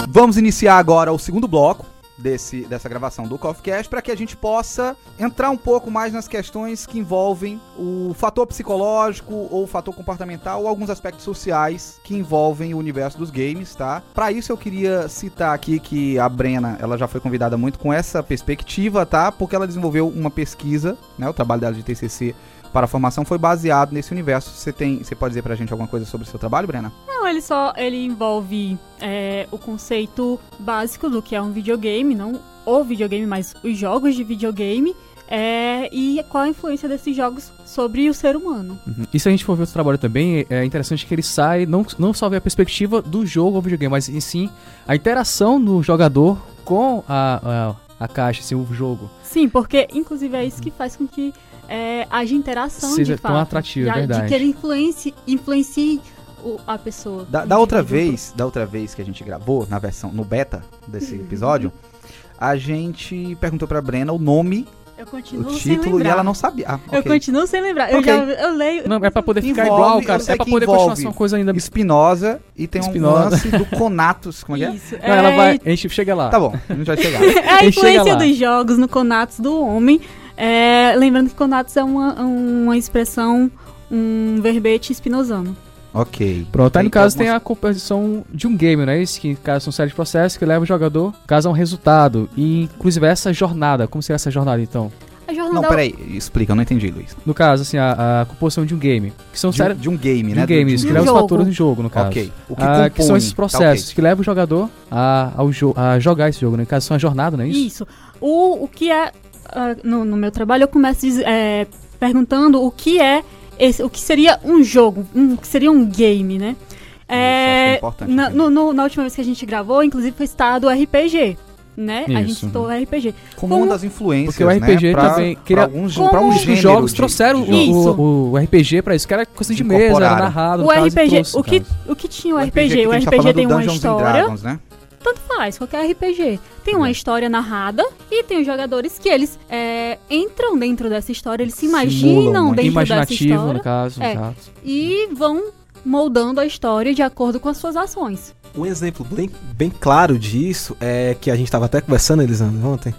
Vamos iniciar agora o segundo bloco desse, dessa gravação do Coffee Cash para que a gente possa entrar um pouco mais nas questões que envolvem o fator psicológico ou o fator comportamental ou alguns aspectos sociais que envolvem o universo dos games, tá? Para isso eu queria citar aqui que a Brena, ela já foi convidada muito com essa perspectiva, tá? Porque ela desenvolveu uma pesquisa, né, o trabalho dela de TCC para a formação foi baseado nesse universo. Você tem, você pode dizer pra gente alguma coisa sobre o seu trabalho, Brena? Não, ele só ele envolve é, o conceito básico do que é um videogame, não o videogame, mas os jogos de videogame, é, e qual a influência desses jogos sobre o ser humano. Uhum. E se a gente for ver outro trabalho também, é interessante que ele sai, não, não só vê a perspectiva do jogo ao videogame, mas e sim a interação do jogador com a, a, a caixa, assim, o jogo. Sim, porque inclusive é isso que faz com que é, haja interação Seja de tão fato, atrativo, de, é verdade. de que ele influencie, influencie o- a pessoa. Da, da outra vez, da outra vez que a gente gravou na versão no beta Uhum. desse episódio, a gente perguntou pra Brena o nome, Eu o continuo sem título lembrar. e ela não sabia. Ah, Eu ok. continuo sem lembrar. Eu, Ok. já, eu leio. Não, é pra poder ficar Envolve, igual, eu cara. sei É pra que poder envolve. continuar sendo uma coisa ainda. Espinosa e tem um Espinosa. lance do Conatus, como é que é? Isso. Não, ela É, vai. A gente chega lá. Tá bom, a gente vai chegar. É a Ele influência chega lá. dos jogos no Conatos do homem. É, lembrando que Conatos é uma, uma expressão, um verbete espinozano. ok. Pronto, aí no Então, caso tem algumas- a composição de um game, né? Isso que no caso são séries de processos que leva o jogador, caso a um resultado. E inclusive essa jornada, como seria essa jornada então? A jornada Não, peraí, explica, eu não entendi, Luiz. No caso, assim, a, a composição de um game. Que são De, um- séries de um game, de né? um game, Do- isso, de que um leva os jogo. fatores do jogo, no caso. Ok. O que, Ah, que são compõe. esses Tá, ok. processos que levam o jogador a, ao jo- a jogar esse jogo, né? No caso, são a jornada, não é isso? Isso. O, o que é. ah, no, no meu trabalho, eu começo diz- é, perguntando o que é. esse- o que seria um jogo, um- o que seria um game, né? acho que é É, Tá, importante na, entender. no- no- na última vez que a gente gravou, inclusive foi citado o RPG, né? A gente Isso. citou o RPG. Como uma Como- das influências, Porque o RPG né? pra- também Pra, queria- alguns, Como pra um os Os gênero jogos de- trouxeram de o- jogo. Isso. o, o RPG pra isso, que era coisa de mesa, era Incorporaram. narrado, Ah, no O caso, e RPG, trouxe, no o, que, caso. o que tinha o aqui que RPG? O a gente tá falando RPG tem do uma Dungeons and história. Dragons, né? tanto faz, qualquer RPG. Tem É. uma história narrada e tem os jogadores que eles é, entram dentro dessa história, eles se Simulam, imaginam né? dentro dessa Imaginativo, história no caso. É. exato. e vão moldando a história de acordo com as suas ações. Um exemplo bem, bem claro disso é que a gente estava até conversando, Elisandro, ontem.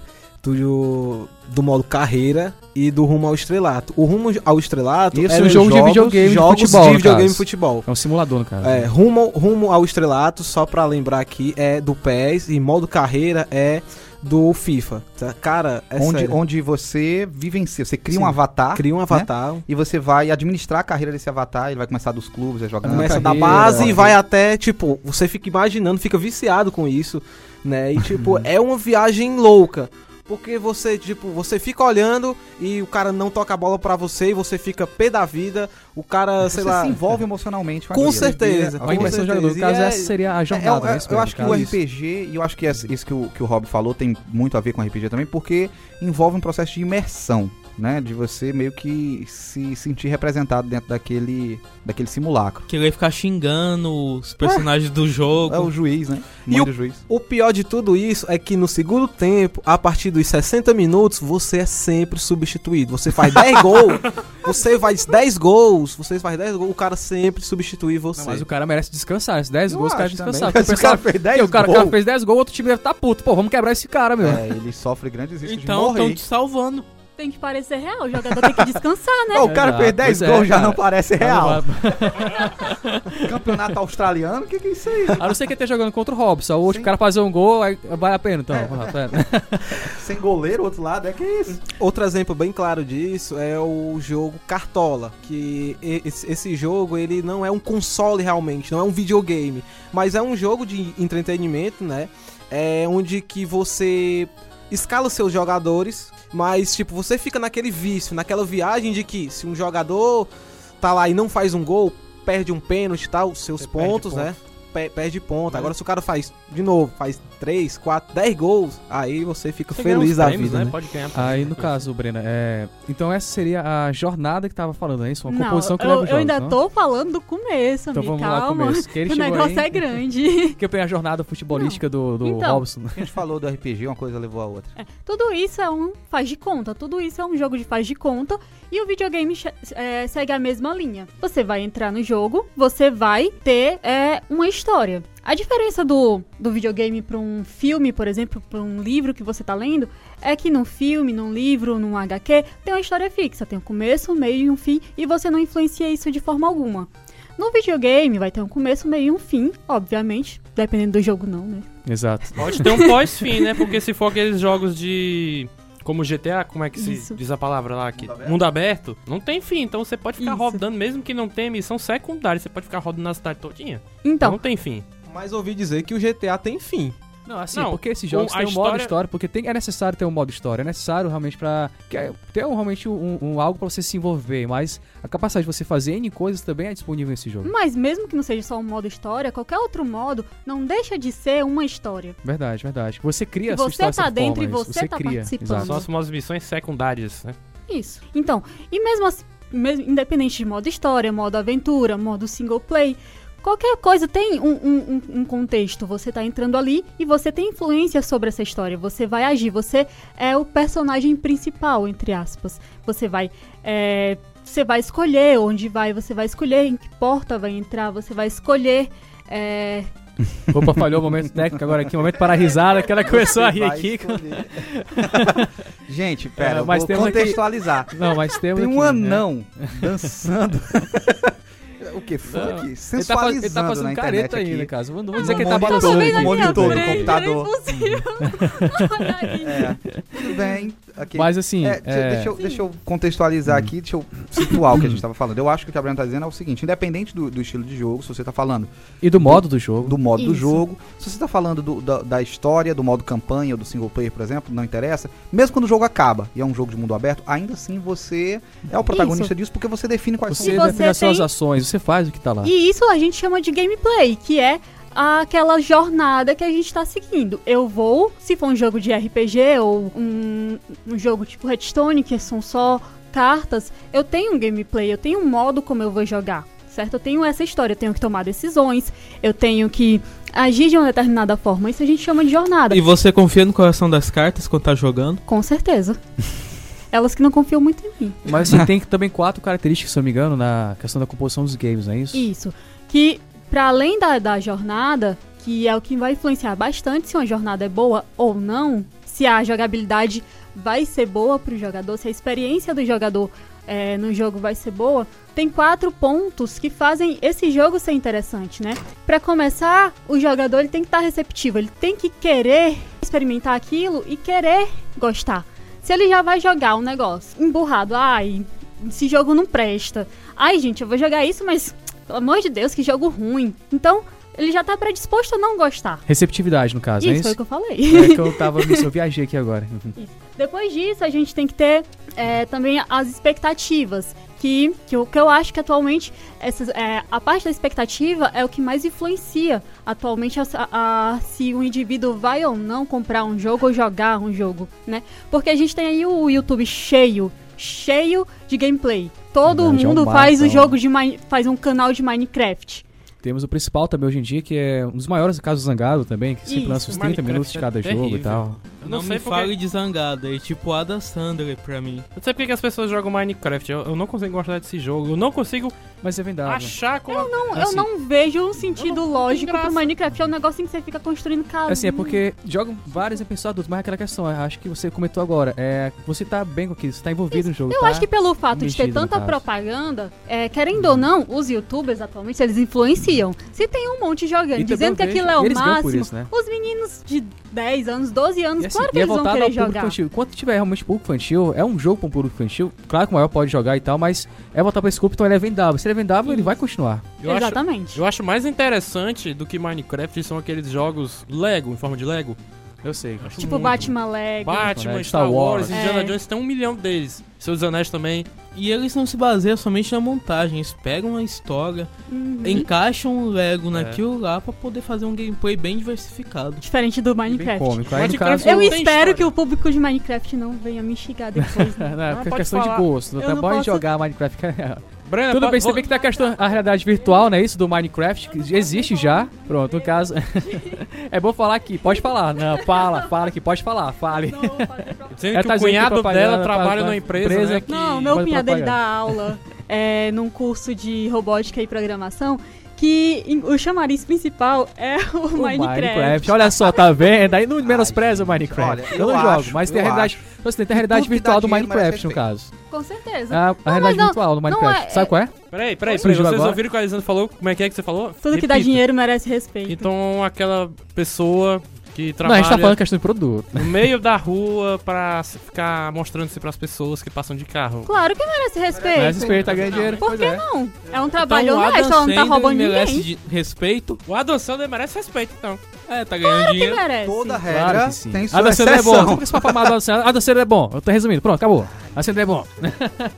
do, do modo carreira e do rumo ao estrelato. O rumo ao estrelato Isso, eram um jogo de jogos, videogame de jogos futebol, de no videogame caso. de futebol. É um simulador, no caso. É, rumo, rumo ao estrelato, só pra lembrar aqui, é do PES e modo carreira é do FIFA. tá? Cara, é onde, sério. onde você vivencia, você cria Sim. um avatar Cria um né? avatar, e você vai administrar a carreira desse avatar, ele vai começar dos clubes, vai jogando. começa da carreira, base e carreira. vai até, tipo, você fica imaginando, fica viciado com isso, né? E tipo, é uma viagem louca. Porque você, tipo, você fica olhando e o cara não toca a bola pra você e você fica pé da vida, o cara, Você sei lá, se envolve emocionalmente com com aquilo. certeza. A com certeza. imersão do jogador. No E caso, é- essa seria a jornada, É, eu- né? eu, eu acho que o RPG, e eu acho que essa- isso que o, que o Rob falou tem muito a ver com RPG também, porque envolve um processo de imersão, né? De você meio que se sentir representado dentro daquele, daquele simulacro. Que ele ia ficar xingando os personagens do jogo. É o juiz, né? E Manda o juiz. O pior de tudo isso é que no segundo tempo, a partir dos 60 minutos, você é sempre substituído. Você faz 10 gols, você faz 10 gols, você faz 10 gols, o cara sempre substitui você. Não, mas o cara merece descansar. Esses 10 Eu gols, o cara acho também. descansar. Mas Porque o cara pensava- fez porque 10 o cara, o gols. cara fez 10 gols, outro time deve tá puto. Pô, vamos quebrar esse cara, meu. É, ele sofre grandes riscos de Então, morrer. estão te salvando. Tem que parecer real, o jogador tem que descansar, né? Não, o cara Exato, fez 10 pois é, gols já cara. não parece Ah, real. não vai- Campeonato australiano, o que, que é isso aí? A não ser que ele esteja jogando contra o Robson. O outro Sim. É. cara fazer um gol, aí vale a pena, então. tá vendo? Sem goleiro, outro lado, é que é isso. Outro exemplo bem claro disso é o jogo Cartola, que e- esse esse jogo ele não é um console realmente, não é um videogame, mas é um jogo de entretenimento, né? É onde que você escala os seus jogadores, mas tipo, você fica naquele vício, naquela viagem de que se um jogador tá lá e não faz um gol, perde um pênalti e tal, os seus Você perde pontos, ponto. Né? né? Pe- Perde ponto. Agora, se o cara faz, de novo, faz 3, 4, 10 gols, aí você fica Você ganha uns feliz da prêmios, vida, né? Pode ganhar. Aí, no caso, Brena, é... então essa seria a jornada que tava falando, é isso? Uma composição que eu, leva os eu jogos, ainda não? tô falando do começo, Então amigo. vamos lá, calma. começo. Que ele o chegou negócio aí. é grande. Que eu tenho a jornada futebolística do, do Então. Robson. A gente falou do RPG, uma coisa levou a outra. Tudo isso é um faz de conta, tudo isso é um jogo de faz de conta e o videogame che- é, segue a mesma linha. Você vai entrar no jogo, você vai ter é, uma história. A diferença do, do videogame para um filme, por exemplo, para um livro que você tá lendo, é que num filme, num livro, num HQ, tem uma história fixa, tem um começo, um meio e um fim, e você não influencia isso de forma alguma. No videogame vai ter um começo, meio e um fim, obviamente, dependendo do jogo não, né? Exato. Pode ter um pós-fim, né? Porque se for aqueles jogos de. Como GTA, como é que se Isso. diz a palavra lá aqui? Mundo Mundo aberto? aberto. Não tem fim, então você pode ficar Isso. rodando, mesmo que não tenha missão secundária, você pode ficar rodando na cidade todinha. Então, Não tem fim. Mas ouvi dizer que o GTA tem fim. Não, assim, Não, porque esses o- jogos a têm um modo história- história, porque tem, é necessário ter um modo história, é necessário realmente pra que é- ter um- realmente um, um algo pra você se envolver, mas a capacidade de você fazer N coisas também é disponível nesse jogo. Mas mesmo que não seja só um modo história, qualquer outro modo não deixa de ser uma história. Verdade, verdade. Você cria a sua Você história tá dessa dentro forma, e isso. você tá cria, participando. exato. Só são as missões secundárias, né? Isso. Então, e mesmo assim, mesmo- independente de modo história, modo aventura, modo single play, qualquer coisa tem um, um- um- um contexto. Você tá entrando ali e você tem influência sobre essa história. Você vai agir, você é o personagem principal, entre aspas. Você vai. é, você vai escolher onde vai, você vai escolher em que porta vai entrar, você vai escolher. é, Opa, falhou o momento técnico agora aqui, o momento para a risada, que ela começou a rir Vai aqui. escolher. Gente, pera, É, eu mas vou temos aqui- contextualizar. Não, mas temos Tem um aqui, né? anão dançando. o que? Funk? Ele tá, faz- Sensualizando ele tá fazendo na internet careta aqui. um aí, no caso. Não vou Ah, dizer que ele tá monitor, balançando bem na aqui. minha monitor do frente, computador. era impossível. Olha aí. É, tudo bem. ok. Mas assim, É, de- é, Hum. Deixa, eu, deixa eu contextualizar aqui, deixa eu situar o que a gente tava falando. Eu acho que o que a Brenda tá dizendo é o seguinte, independente do, do estilo de jogo, se você tá falando e do modo do jogo. do modo do Isso. jogo, se você tá falando do- da, da história, do modo campanha, do single player, por exemplo, não interessa, mesmo quando o jogo acaba e é um jogo de mundo aberto, ainda assim você é o protagonista disso porque você define quais Você E define você as suas tem- ações, você faz o que tá lá. E isso a gente chama de gameplay, que é aquela jornada que a gente tá seguindo. Eu vou, se for um jogo de RPG ou um, um jogo tipo Redstone, que são só cartas, eu tenho um gameplay, eu tenho um modo como eu vou jogar, certo? Eu tenho essa história, eu tenho que tomar decisões, eu tenho que agir de uma determinada forma. Isso a gente chama de jornada, E você confia no coração das cartas quando tá jogando? com certeza. Elas que não confiam muito em mim. Mas assim, tem também quatro características, se eu não me engano, na questão da composição dos games, não é isso? Isso. Que, para além da, da jornada, que é o que vai influenciar bastante se uma jornada é boa ou não, se a jogabilidade vai ser boa pro jogador, se a experiência do jogador é, no jogo vai ser boa, tem quatro pontos que fazem esse jogo ser interessante, né? Pra começar, o jogador ele tem que estar receptivo, ele tem que querer experimentar aquilo e querer gostar. Se ele já vai jogar um negócio emburrado, ai, esse jogo não presta. Ai, gente, eu vou jogar isso, mas pelo amor de Deus, que jogo ruim. Então, ele já tá predisposto a não gostar. Receptividade, no caso, isso foi é o isso? que eu falei. É que eu tava. Eu viajei aqui agora. Depois disso, a gente tem que ter é, também as expectativas. Que, que, o que eu acho que atualmente essas, é, a parte da expectativa é o que mais influencia atualmente a- a- se o indivíduo vai ou não comprar um jogo ou jogar um jogo, né? Porque a gente tem aí o YouTube cheio, cheio de gameplay. Todo Verdade, é um mundo faz o marzão. jogo de Mine- faz um canal de Minecraft. Temos o principal também hoje em dia, que é um dos maiores casos zangado também, que sempre Isso, lança os 30 Minecraft minutos de é cada jogo e terrível. tal. Eu Não, não sei me porque- fale de zangada, é tipo Ada Sandler pra mim. Eu não sei porque que as pessoas jogam Minecraft. Eu, eu não consigo gostar desse jogo. Eu não consigo Mas é vendável. achar como. Eu Não, eu Assim, não vejo um sentido não- não tem lógico pro graça. Minecraft. É um negocio em que você fica construindo casa. Assim, é porque jogam várias pessoas adultas, mas é aquela questão, eu acho que você comentou agora, é você tá bem com aquilo, você tá envolvido no jogo, Eu tá? acho que pelo fato de ter mexido, no tanta caso. propaganda, é, querendo ou não, os youtubers atualmente, eles influenciam. Se tem um monte jogando, E também eu dizendo que vejo, aquilo é o eles ganham por máximo, isso, né? os meninos de 10 anos, 12 anos, E assim, claro que e é eles vão voltado ao querer público jogar. infantil. Enquanto tiver realmente público infantil, é um jogo pra um público infantil, claro que o maior pode jogar e tal, mas é voltar pra esse público, então ele é vendável. Se ele é vendável, ele vai continuar. acho- Exatamente. Eu acho mais interessante do que Minecraft são aqueles jogos Lego, em forma de Lego. Eu sei. Acho Tipo muito. Batman Lego. Batman, Né? Star Star Wars. Wars, Indiana É. Jones, tem um milhão deles. Seus Anéis também. E eles não se baseiam somente na montagem, eles pegam a história, Uhum. encaixam o Lego naquilo naquilo lá pra poder fazer um gameplay bem diversificado. Diferente do Bem Minecraft. cômico. Aí, no Minecraft caso, Eu Não tem espero história. que o público de Minecraft não venha me xingar depois. né? na pode é, questão falar. de gosto, Eu tá não bom posso- jogar Minecraft. É. Brena, Tudo pa- bem, você vo- vê que tem a questão, a realidade virtual, né? Isso do Minecraft, que existe já. Pronto, no caso. é bom falar aqui, pode falar. Não, fala, fala que pode falar, fale. Não, vou fazer pra- Sendo Ela que tá o dizendo que cunhado propaganda dela trabalha pra- numa empresa, empresa né, que- que... Não, meu Pode cunhado ele dá propaganda. aula é, num curso de robótica e programação que em- o chamariz principal é o, O Minecraft. Olha só, tá vendo? Aí não menospreza o gente, Minecraft. olha, eu não eu jogo, acho, mas tem a eu realidade. Você tem a realidade Tudo que dá virtual do dinheiro merece Minecraft, no respeito. caso. Com certeza. A, a realidade não- virtual do não Minecraft. é- Sabe qual é? Peraí, peraí, peraí. Surgiu Vocês agora. ouviram o que a Alessandra falou? Como é que é que você falou? Tudo que dá Repita. dinheiro merece respeito. Então, aquela pessoa que Não, a trabalha gente tá falando questão de produto. no meio da rua pra se- ficar mostrando-se pras pessoas que passam de carro. Claro que merece respeito. Mas respeito tá ganhando dinheiro. Por pois que é. É, não? É um trabalho honesto, ela não tá roubando merece ninguém. de respeito. O Adam Sandler merece respeito, então. É, tá ganhando Que dinheiro. merece. Toda regra Claro que sim. tem sua A danceira é bom. exceção. Como que esse papo amado da danceira? A danceira é bom. Eu tô resumindo. Pronto, acabou. A danceira é bom.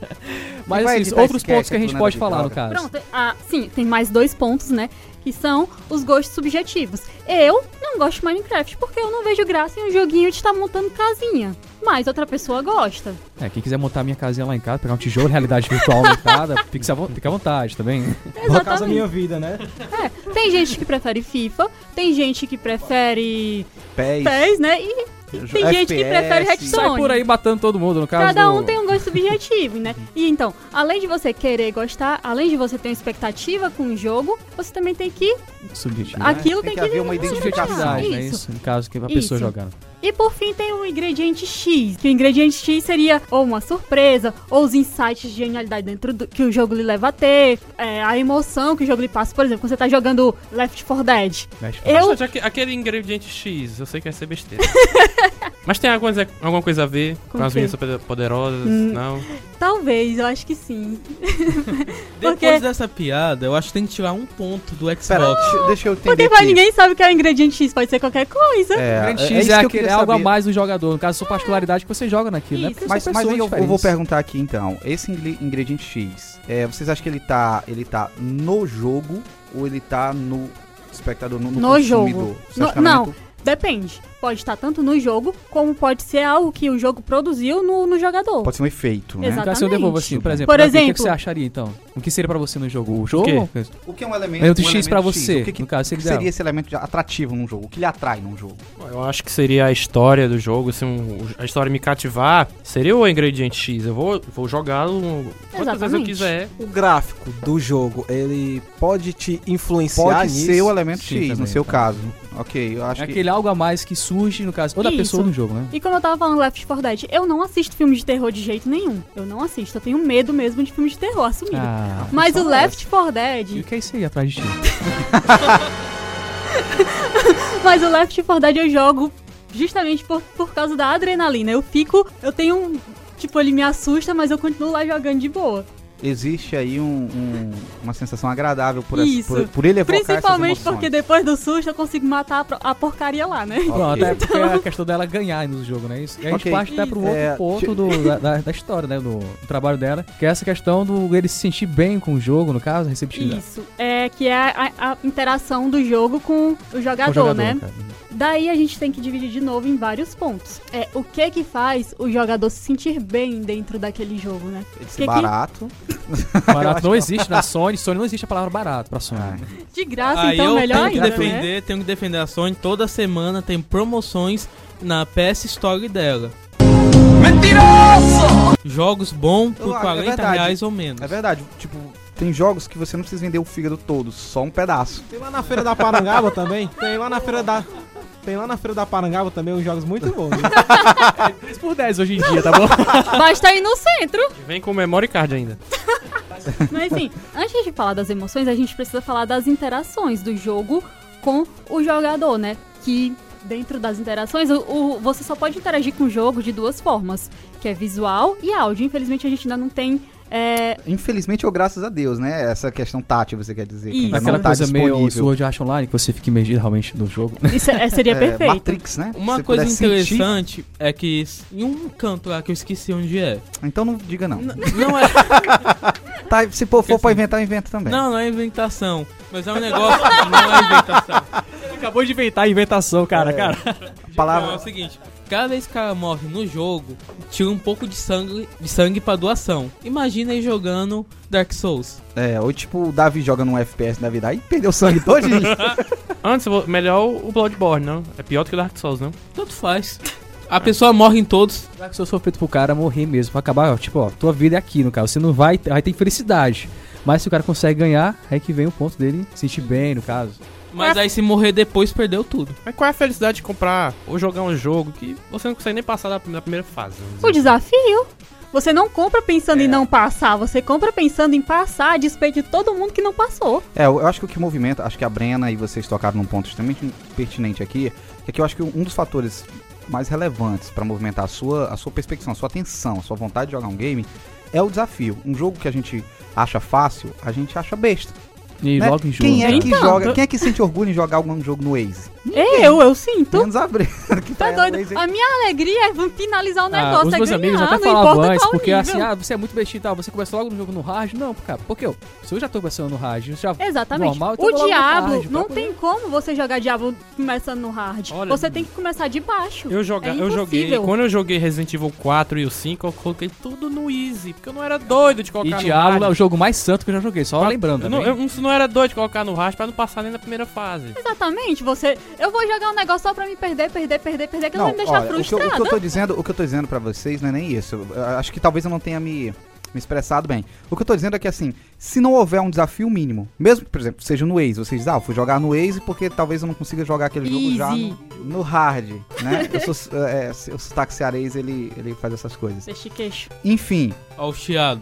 vai Mas assim, editar outros esse cast pontos que a aqui, gente né, David? pode falar, no Droga. caso. Pronto, ah, sim, tem mais dois pontos, né? Que são os gostos subjetivos. Eu não gosto de Minecraft porque eu não vejo graça em um joguinho de estar montando casinha. Mas outra pessoa gosta. É, quem quiser montar minha casinha lá em casa, pegar um tijolo, realidade virtual montada, fica, à vo- fica à vontade tá também. Por causa da Exatamente. minha vida, né? É, tem gente que prefere FIFA, tem gente que prefere Pés. PES, né? E tem Ju- gente que FPS. prefere né? Sai por Redstone. aí batendo todo mundo, no caso. Cada um do- tem um gosto subjetivo, né? E então, além de você querer gostar, além de você ter uma expectativa com o jogo, você também tem que. subjetivo. aquilo Tem tem, que haver uma agradar. identificação, Subjetividade, né? Isso, no caso, que a Isso. pessoa jogando. E por fim tem o ingrediente X, que o ingrediente X seria ou uma surpresa, ou os insights de genialidade dentro do, que o jogo lhe leva a ter, é, a emoção que o jogo lhe passa. Por exemplo, quando você tá jogando Left 4 Dead. Mexe com- Eu, Gente, aque- Aquele ingrediente X, eu sei que vai ser besteira. Mas tem alguma, coisa- alguma coisa a ver com, Com as quê? minhas poderosas? Hum. Não. talvez, eu acho que sim. Porque- Depois dessa piada, eu acho que tem que tirar um ponto do Xbox. Pera, deixa- deixa eu entender Porque vai, aqui. ninguém sabe o que é o ingrediente X, pode ser qualquer coisa. O É, grande é, é X isso que é, eu aquele- queria é algo a saber. mais no jogador. No caso, sua particularidade que você joga naquilo, né? É. Isso. Porque Mas, são mas aí pessoas eu, eu vou diferentes. perguntar aqui então, esse ingre- ingrediente X, é, vocês acham que ele tá, ele tá no jogo ou ele tá no espectador, no, no No consumidor? jogo. Você No- acha que é um ela não. muito- Depende. Pode estar tanto no jogo, como pode ser algo que o jogo produziu no, no jogador. Pode ser um efeito, né? Exato. No caso, eu devolvo assim, Exatamente. por exemplo. Por né, O que, que exemplo- você acharia, então? O que seria pra você no jogo? O jogo? O O que é um elemento, É outro um X elemento pra você, O que, que- no caso, se o que quiser. seria esse elemento de atrativo num jogo? O que lhe atrai num jogo? Eu acho que seria a história do jogo, se um- a história me cativar, seria o ingrediente X. Eu vou, vou jogá-lo quantas vezes eu Exatamente. quiser. O gráfico do jogo, ele pode te influenciar Pode nisso? ser o elemento Sim, X, no também, seu tá. caso. Ok, eu acho é que. aquele algo a mais que surge, no caso, ou da Isso. pessoa ou do jogo, né? E como eu tava falando Left 4 Dead, eu não assisto filme de terror de jeito nenhum. Eu não assisto, eu tenho medo mesmo de filme de terror, assumido. Ah, Mas o Left 4 e o Dead, que é isso aí atrás de ti? mas o Left 4 Dead eu jogo justamente por, por causa da adrenalina. Eu fico, eu tenho um, tipo, ele me assusta, mas eu continuo lá jogando de boa. Existe aí um- um- uma sensação agradável por, essa- Isso. por, por ele evocar Principalmente essas porque emoções. depois do susto eu consigo matar a, pro- a porcaria lá, né? Pronto, Ok. é porque é a questão dela ganhar no jogo, né? Isso. E a gente Ok. parte até pro outro É, ponto do- da, da- da história, né? Do, do trabalho dela, que é essa questão do ele se sentir bem com o jogo, no caso, a receptividade. Isso, é que é a, a interação do jogo com o jogador, Com o jogador, né? cara. Daí a gente tem que dividir de novo em vários pontos. É o que que faz o jogador se sentir bem dentro daquele jogo, né? Ele ser Que que- barato. Barato não existe na Sony, Sony não existe a palavra barato pra Sony. é. Ah. De graça, Aí então, eu melhor tenho ainda, que defender, né? tenho que defender a Sony. Toda semana tem promoções na PS Store dela. Mentiroso! Jogos bons Eu por acho, é 40 verdade. reais ou menos. É verdade, tipo, tem jogos que você não precisa vender o fígado todo, só um pedaço. Tem lá na Feira da Parangaba também. Tem lá na Feira da. Tem lá na Feira da Parangaba também uns jogos muito bons. viu? 10 por 10 hoje em dia, tá bom? Basta ir no centro. Vem com memory card ainda. Mas enfim, antes de falar das emoções, a gente precisa falar das interações do jogo com o jogador, né? Que dentro das interações, o, o- você só pode interagir com o jogo de duas formas, que é visual e áudio. Infelizmente a gente ainda não tem. é, Infelizmente ou graças a Deus, né? Essa questão tátil, você quer dizer. Isso. que ainda Aquela não tá coisa meio disponível. Sword Art Online, que você fica imergido realmente no jogo. isso é- seria É, perfeito. Matrix, né? Uma Se coisa puder sentir- interessante é que s- em um canto lá que eu esqueci onde é. Então não diga não. N- não é, Tá, se for, for pra inventar, inventa também. não, não é inventação, mas é um negócio, não é inventação. Acabou de inventar a inventação, cara, cara. A Ah, Não, é o palavra. seguinte, cada vez que o cara morre no jogo, tira um pouco de sangue, de sangue pra doação. Imagina aí jogando Dark Souls. É, ou tipo, o Davi joga num FPS da vida aí perdeu sangue todinho. Antes, eu vou- melhor o Bloodborne, não? É pior do que o Dark Souls, não? Tanto faz. A pessoa morre em todos. Dark Souls foi feito pro cara morrer mesmo, pra acabar, ó, tipo, ó, tua vida é aqui, no caso. Você não vai, vai ter felicidade. Mas se o cara consegue ganhar, é que vem o ponto dele se sentir bem, no caso. Mas aí se morrer depois, perdeu tudo. Mas qual é a felicidade de comprar ou jogar um jogo que você não consegue nem passar da, da primeira fase? vamos O dizer? desafio. Você não compra pensando em É. não passar, você compra pensando em passar a despeito de todo mundo que não passou. É, eu eu acho que o que movimenta, acho que a Brena e vocês tocaram num ponto extremamente pertinente aqui, é que eu acho que um dos fatores mais relevantes pra movimentar a sua, a sua perspecção, a sua atenção, a sua vontade de jogar um game é o desafio. Um jogo que a gente acha fácil, a gente acha besta. E né? logo em jogo. quem é cara. que Então, joga? tô- Quem é que sente orgulho em jogar algum jogo no Waze? Eu, eu sinto. Menos a Brena, que Tá no doido? Waze. A minha alegria é finalizar o Ah, negócio, os é meus ganhar, amigos até não importa falavam antes, qual porque nível. assim, ah, você é muito bestinho e tal, você começa logo no jogo no hard. Não, cara, porque eu, se eu já tô começando no hard, eu já Exatamente. Normal, então vou o logo no Diablo, hard, não pra tem como você jogar Diablo começando no hard. Olha- você tem que começar de baixo. Eu, joga, É eu joguei. impossível. Quando eu joguei Resident Evil 4 e o 5, eu coloquei tudo no Easy, porque eu não era doido de colocar E no Diablo é hard. o jogo mais santo que eu já joguei, só Pra- lembrando. né? Eu não, também. eu não- não era doido de colocar no hard pra não passar nem na primeira fase. Exatamente, você. Eu vou jogar um negócio só pra me perder, perder, perder, perder, que não, Então vai me deixar olha, o que, eu, frustrada. o que eu tô dizendo, o que eu tô dizendo para vocês não é nem isso. Eu, eu acho que talvez eu não tenha me, me expressado bem. O que eu tô dizendo é que assim, se não houver um desafio mínimo, mesmo, por exemplo, seja no Waze, vocês dizem, ah, eu fui jogar no Waze porque talvez eu não consiga jogar aquele jogo já Easy. no, no hard, né? eu sou é, é, o sotaque cearense, ele ele faz essas coisas. Deixa queixo. Enfim, Ó, o chiado.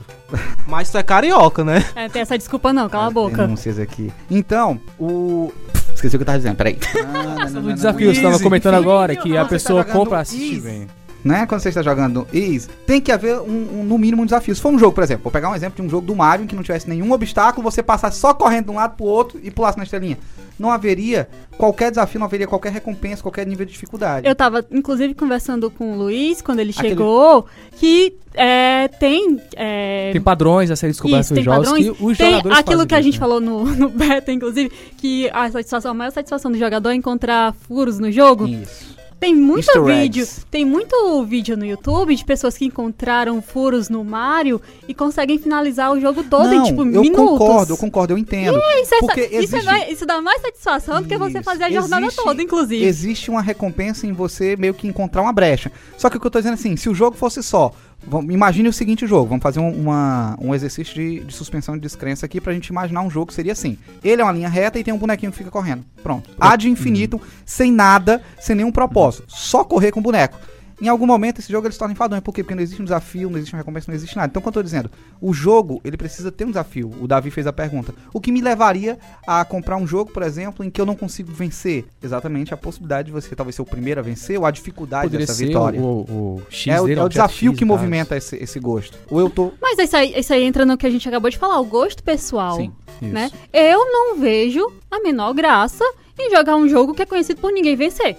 Mas tu é carioca, né? É, tem essa desculpa não, cala a boca. denúncias aqui. Então, o Esqueci o que eu tava dizendo, peraí. Ah, um No desafio, você tava Easy. comentando agora que Quando a você tá pessoa jogando compra assistir, Easy. velho. né? Quando você está jogando Is, tem que haver um, um, no mínimo um desafio. Se for um jogo, por exemplo, vou pegar um exemplo de um jogo do Mario em que não tivesse nenhum obstáculo, você passasse só correndo de um lado pro outro e pulasse na estrelinha. Não haveria qualquer desafio, não haveria qualquer recompensa, qualquer nível de dificuldade. Eu tava, inclusive, conversando com o Luiz quando ele Aquele- chegou, que é, tem. é, Tem padrões a serem descobertos Isso, tem nos jogos padrões. que os tem jogadores aquilo fazem que a isso, gente né? falou no, no beta, inclusive, que a, satisfação, a maior satisfação do jogador é encontrar furos no jogo. Isso. Tem muito Easter vídeo, eggs. tem muito vídeo no YouTube de pessoas que encontraram furos no Mario e conseguem finalizar o jogo todo em não, tipo eu minutos. concordo, eu concordo, eu entendo. Isso, é, porque isso é exige- mais- isso dá mais satisfação do que você Isso, fazer a jornada existe- toda, inclusive. Existe uma recompensa em você meio que encontrar uma brecha. Só que o que eu tô dizendo é assim, se o jogo fosse só, Vam- Imagine o seguinte jogo, vamos fazer um, uma- um exercício de, de suspensão de descrença aqui pra gente imaginar um jogo que seria assim. Ele é uma linha reta e tem um bonequinho que fica correndo. Pronto. Ad infinitum, sem nada, sem nenhum propósito. Só correr com o boneco. Em algum momento esse jogo ele se torna enfadonho, por quê? Porque não existe um desafio, não existe uma recompensa, não existe nada. Então, como eu tô dizendo, o jogo, ele precisa ter um desafio. O Davi fez a pergunta. O que me levaria a comprar um jogo, por exemplo, em que eu não consigo vencer? Exatamente a possibilidade de você talvez ser o primeiro a vencer ou a dificuldade Poderia dessa ser vitória. o, o, o X É o, dele, é o Chat desafio X que da- movimenta esse, esse gosto. Ou eu tô. Mas isso aí, isso aí entra no que a gente acabou de falar, o gosto pessoal. Sim, isso. né? Eu não vejo a menor graça em jogar um jogo que é conhecido por ninguém vencer.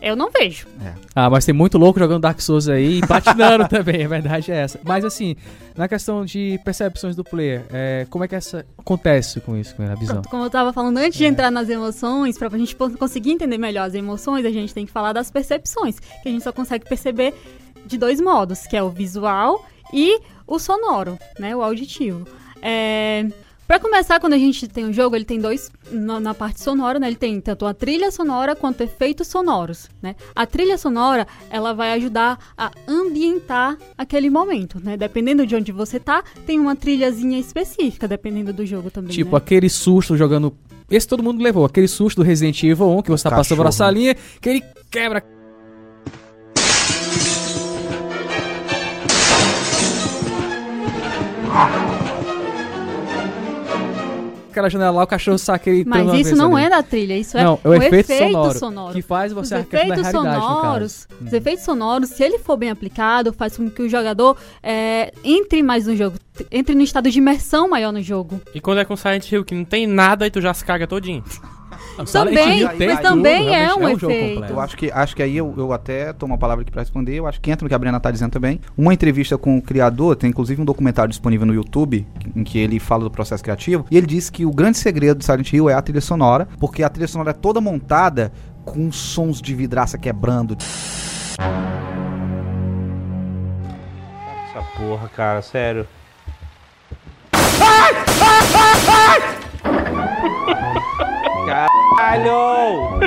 Eu não vejo. Ah, mas tem muito louco jogando Dark Souls aí e platinando também, a verdade é essa. Mas assim, na questão de percepções do player, é, como é que essa acontece com isso, com a visão? É. Pronto, como eu tava falando antes de entrar nas emoções, pra gente po- conseguir entender melhor as emoções, a gente tem que falar das percepções, que a gente só consegue perceber de dois modos, que é o visual e o sonoro, né, o auditivo. É... Pra começar, quando a gente tem um jogo, ele tem dois. Na, na parte sonora, né? Ele tem tanto a trilha sonora quanto efeitos sonoros, né? A trilha sonora, ela vai ajudar a ambientar aquele momento, né? Dependendo de onde você tá, tem uma trilhazinha específica, dependendo do jogo também. Tipo, né? aquele susto jogando. Esse todo mundo levou, aquele susto do Resident Evil 1, que você tá passando por uma Cachorro. salinha, que ele quebra. Aquela janela lá, o cachorro saca ele. Mas isso não é da trilha, isso é Não, é o efeito sonoro, Que faz os você arcar na efeitos realidade, no caso. Uhum. sonoros, os efeitos sonoros, se ele for bem aplicado, faz com que o jogador é, entre mais no jogo, t- entre no estado de imersão maior no jogo. E quando é com Silent Hill que não tem nada aí tu já se caga todinho. Não, Silent Também, Hill tem mas tudo, também é realmente um jogo efeito. completo. Eu acho que, acho que aí eu, eu até tomo a palavra aqui pra responder. Eu acho que entra no que a Brena tá dizendo também. Uma entrevista com o criador, tem inclusive um documentário disponível no YouTube, em que ele fala do processo criativo. E ele diz que o grande segredo do Silent Hill é a trilha sonora, porque a trilha sonora é toda montada com sons de vidraça quebrando. Essa porra, cara, sério. Caralho!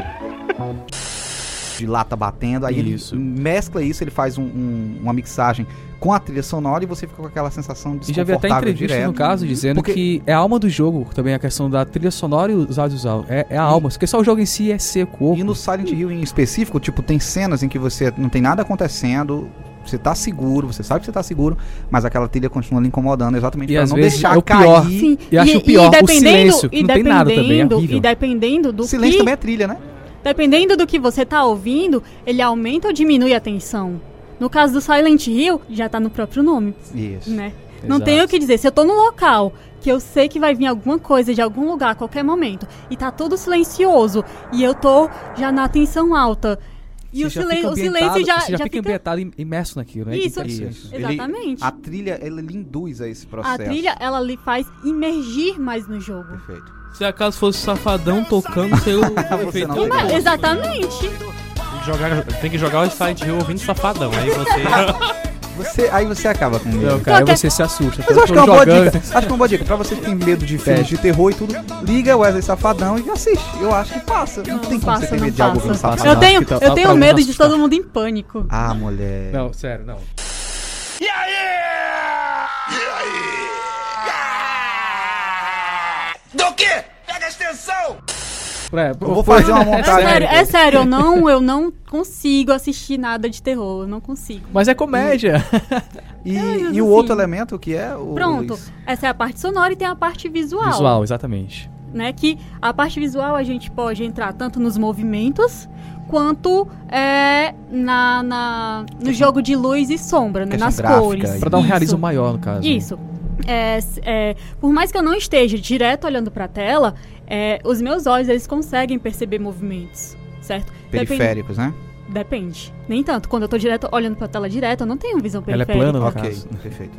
de lata batendo. Aí Isso. ele mescla isso, ele faz um- um- uma mixagem com a trilha sonora e você fica com aquela sensação de E já vi até entrevista, direto. no caso, dizendo Porque- que é a alma do jogo também, a questão da trilha sonora e os áudios. al- É, é a alma, porque só o jogo em si é seco. oco. E no Silent Hill em específico, tipo, tem cenas em que você não tem nada acontecendo, você tá seguro, você sabe que você tá seguro, mas aquela trilha continua lhe incomodando exatamente E pra às não vezes deixar é o cair. pior. Sim, E acho o pior, o silêncio, que e não tem nada também, é dependendo- horrível. E dependendo do O silêncio que, também é trilha, né? dependendo do que você tá ouvindo, ele aumenta ou diminui a tensão. No caso do Silent Hill, já tá no próprio nome, Isso. né? Não Exato. tenho o que dizer. Se eu tô num local que eu sei que vai vir alguma coisa de algum lugar a qualquer momento e tá tudo silencioso e eu tô já na tensão alta e Você o, já silen- fica o ambientado- silêncio já, você já, fica, fica. ambientado e imerso naquilo, né? Isso, Interessante. Isso. Ele- Exatamente. A trilha, ela lhe induz a esse a processo. trilha, ela lhe faz imergir mais no jogo. Perfeito. Se acaso fosse o Safadão tocando, seria Você o efeito. não tem Ima- Exatamente. Tem que jogar, tem que jogar o Silent Hill ouvindo safadão. Aí você. Você, aí você acaba com Não, medo. cara, aí Qualquer- você se assusta. Mas eu acho que é uma boa Jogando, É. dica. Acho que é uma boa dica. Pra você que tem medo de filmes de terror e tudo, liga Wesley Safadão e assiste. Eu acho que passa. Não, tem como você ter medo de algo com passa. Eu safadão. tenho, Tá- eu tá pra tenho medo nos de todo mundo em pânico. Ah, mulher. Não, sério, não. E aí? E aí? Ah! Do que? Pega a extensão! É, Eu vou fazer uma É montagem. sério, é sério, eu não, eu não consigo assistir nada de terror, eu não consigo. Mas é comédia. E, Deus, e o assim. outro elemento que é o. Pronto, Luiz. essa é a parte sonora e tem a parte Visual, exatamente. né? Que a parte visual a gente pode entrar tanto nos movimentos quanto é, na, na- no jogo de luz e sombra, né? Questão Nas gráfica, cores. isso. Pra dar um Isso. realismo maior, no caso. Isso. É, s- é, por mais que eu não esteja direto olhando pra tela, é, os meus olhos eles conseguem perceber movimentos, certo? Depen- Periféricos, né? Depende. Nem tanto. Quando eu tô direto olhando pra tela direto, eu não tenho visão Ela é periférica. plana, no Ok, caso. perfeito.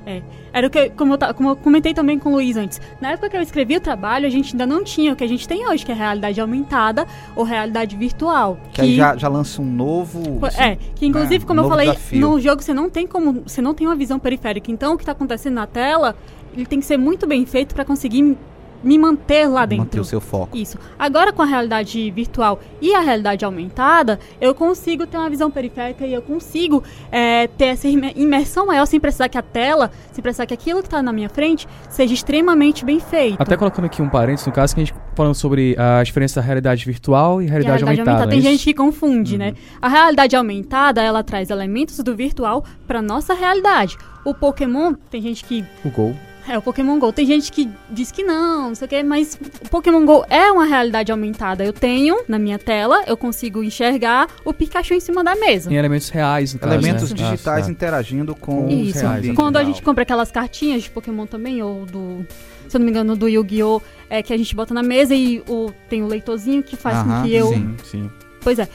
Era o que, como eu, ta- como eu comentei também com o Luiz antes, na época que eu escrevi o trabalho, a gente ainda não tinha o que a gente tem hoje, que é realidade aumentada ou realidade virtual. Que, aí já, já lança um novo. Pô, É, que inclusive, né, como eu novo falei, desafio. no jogo você não tem como. Você não tem uma visão periférica. Então o que tá acontecendo na tela, ele tem que ser muito bem feito pra conseguir me manter lá dentro. Manter o seu foco. Isso. Agora com a realidade virtual e a realidade aumentada, eu consigo ter uma visão periférica e eu consigo é, ter essa imer- imersão maior sem precisar que a tela, sem precisar que aquilo que está na minha frente seja extremamente bem feito. Até colocando aqui um parênteses, no caso, que a gente tá falando sobre a diferença da realidade virtual e E a realidade, aumentada. Uhum. Tem né? gente que confunde, né? A realidade aumentada, ela traz elementos do virtual para nossa realidade. O Pokémon, tem gente que O gol. É, o Pokémon GO. Tem gente que diz que não, não sei o que, mas o Pokémon GO é uma realidade aumentada. Eu tenho na minha tela, eu consigo enxergar o Pikachu em cima da mesa. Em elementos reais, no caso, Elementos né? digitais Ah, interagindo com Isso. o ambiente Quando a real. gente compra aquelas cartinhas de Pokémon também, ou do. Se eu não me engano, do Yu-Gi-Oh! É, que a gente bota na mesa e o, tem o leitorzinho que faz Aham, com que eu. sim. Sim. Pois é.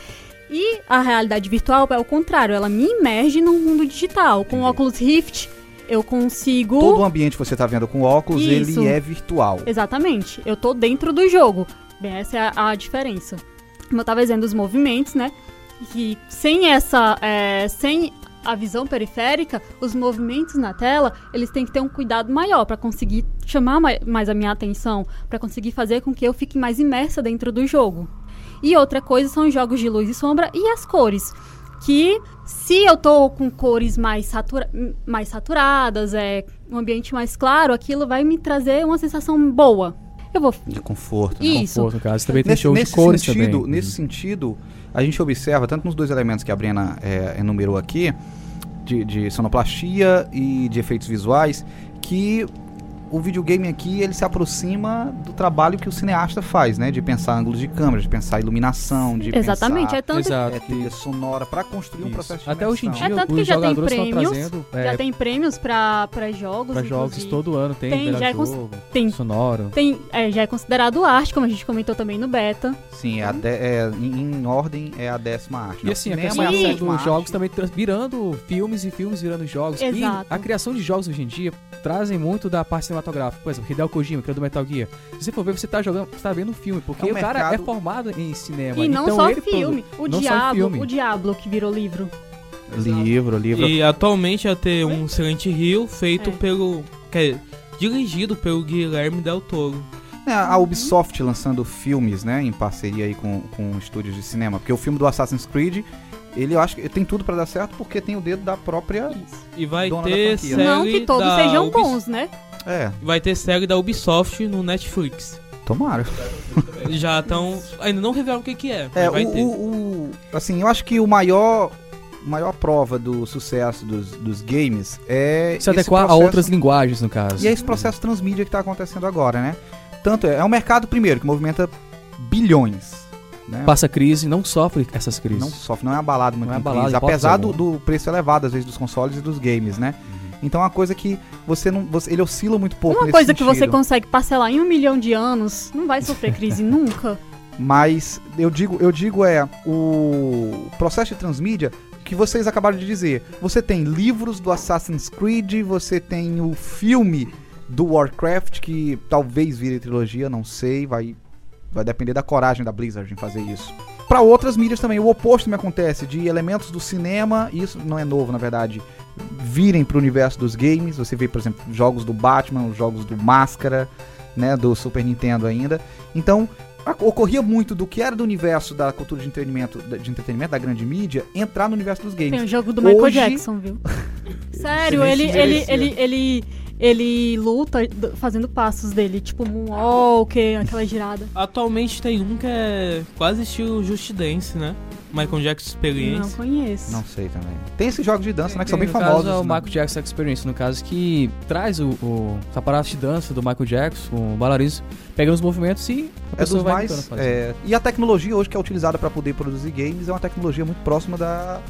E a realidade virtual é o contrário, ela me imerge no mundo digital. Com o Entendi. Oculus Rift, eu consigo. Todo o ambiente que você tá vendo com óculos, Isso. ele é virtual. Exatamente. Eu tô dentro do jogo. Bem, essa é a, a diferença. Como eu tava dizendo, os movimentos, né? Que sem essa. é, sem a visão periférica, os movimentos na tela, eles têm que ter um cuidado maior para conseguir chamar mai- mais a minha atenção, para conseguir fazer com que eu fique mais imersa dentro do jogo. E outra coisa são os jogos de luz e sombra e as cores. Que se eu tô com cores mais, satura mais saturadas, é, um ambiente mais claro, aquilo vai me trazer uma sensação boa. Eu vou. De conforto. né? Isso. Conforto, no caso. Também tem Nesse, show de nesse cores sentido, também. nesse sentido, a gente observa, tanto nos dois elementos que a Brena é, enumerou aqui, de, de sonoplastia e de efeitos visuais, que o videogame aqui ele se aproxima do trabalho que o cineasta faz, né? De pensar ângulos de câmera, de pensar iluminação, de Exatamente. pensar É tanto, Exato. é, trilha sonora, para construir um Isso. processo de Até hoje em imersão. dia, É tanto os que já tem jogadores estão prêmios, trazendo já é, tem prêmios para jogos. pra jogos inclusive. todo ano. Tem, Tem, melhor já é cons- jogo, tem. sonoro. Tem, é, já é considerado arte, como a gente comentou também no beta. Sim, é a de- é, em, em ordem é a décima arte. E Não, assim, a cinema questão é a sétima dos arte. jogos também trans- virando filmes e filmes virando jogos. Exato. E a criação de jogos hoje em dia trazem muito da parte cinematográfica. Por exemplo, Hideo Kojima, que é do Metal Gear. Se você for ver, você tá jogando, você tá vendo um filme, porque É um o cara é mercado- formado em cinema. E não então só ele filme. O não só em filme. Diablo, o Diablo que virou livro. Livro, livro. E atualmente ia ter um Silent Hill feito É. pelo. Quer dizer, dirigido pelo Guilherme Del Toro. É, a Ubisoft lançando filmes, né, em parceria aí com, com estúdios de cinema, porque o filme do Assassin's Creed, ele eu acho que tem tudo pra dar certo porque tem o dedo da própria, Isso. E vai Dona da ter franquia. série. Não que todos da sejam Ubis- bons, né? é, Vai ter série da Ubisoft no Netflix. tomara. Já estão. Ainda não revelaram o que, que é. mas É, vai o, ter. o- o- assim, eu acho que o maior maior prova do sucesso dos, dos games é Se esse adequar a processo- outras linguagens, no caso. E é esse processo transmídia que está acontecendo agora, né? Tanto é, é um mercado primeiro que movimenta bilhões, né? Passa crise, não sofre essas crises. Não sofre, não é abalado muito Não é com abalado, crise, hipótese apesar do, alguma. do preço elevado, às vezes, dos consoles e dos games, né? Uhum. Então é uma coisa que você não. você- ele oscila muito pouco. Uma nesse coisa que você sentido. consegue parcelar em um milhão de anos, não vai sofrer crise nunca. Mas eu digo, eu digo é o processo de transmídia que vocês acabaram de dizer. Você tem livros do Assassin's Creed, você tem o filme do Warcraft que talvez vire trilogia, não sei, vai vai depender da coragem da Blizzard em fazer isso. Para outras mídias também, o oposto me acontece de elementos do cinema, e isso não é novo, na verdade, virem pro universo dos games. Você vê, por exemplo, jogos do Batman, os jogos do Máscara, né, do Super Nintendo ainda. Então, a- ocorria muito do que era do universo da cultura de entretenimento, da- de entretenimento da grande mídia, entrar no universo dos Tem games. o jogo do Michael Hoje- Jackson, viu? Sério, Silêncio ele, ele, merecia. ele, ele, ele luta d- fazendo passos dele, tipo Moonwalker, aquela girada. Atualmente tem um que é quase estilo Just Dance, né? Michael Jackson Não Experience. conheço. Não sei também. Tem esses jogos de dança, né, que são bem um no famosos. Caso, é né? o Michael Jackson Experience, no caso, que traz o, o esse aparato de dança do Michael Jackson, o bailarinos, pegando os movimentos e a É pessoa dos vai tentando mais. fazer. é, e a tecnologia hoje que é utilizada para poder produzir games é uma tecnologia muito próxima da,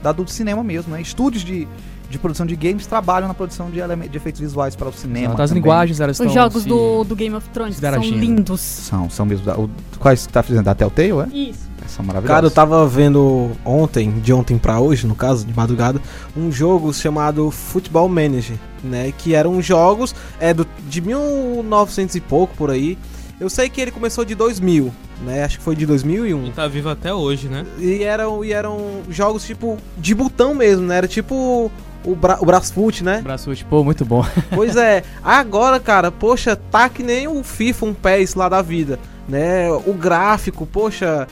da do cinema mesmo, né? Estúdios de, de produção de games trabalham na produção de, eleme- de efeitos visuais para o cinema. Exato, As também. linguagens, elas Os estão jogos se- do, do Game of Thrones se são interagindo. lindos. São, são mesmo. Da, o, quais que tá fazendo? Da Telltale, é? Isso. São Cara, eu maravilhosos. tá- tava vendo ontem, de ontem pra hoje, no caso, de madrugada, um jogo chamado Football Manager, né? Que eram jogos é, do, de 1900 e pouco por aí. Eu sei que ele começou de 2000, né? Acho que foi de 2001. E tá vivo até hoje, né? E eram, e eram jogos tipo de botão mesmo, né? Era tipo o, bra o Brasfoot, né? Braço, tipo, muito bom. Pois é, agora, cara, poxa, tá que nem o FIFA, um PES lá da vida, né? O gráfico, poxa,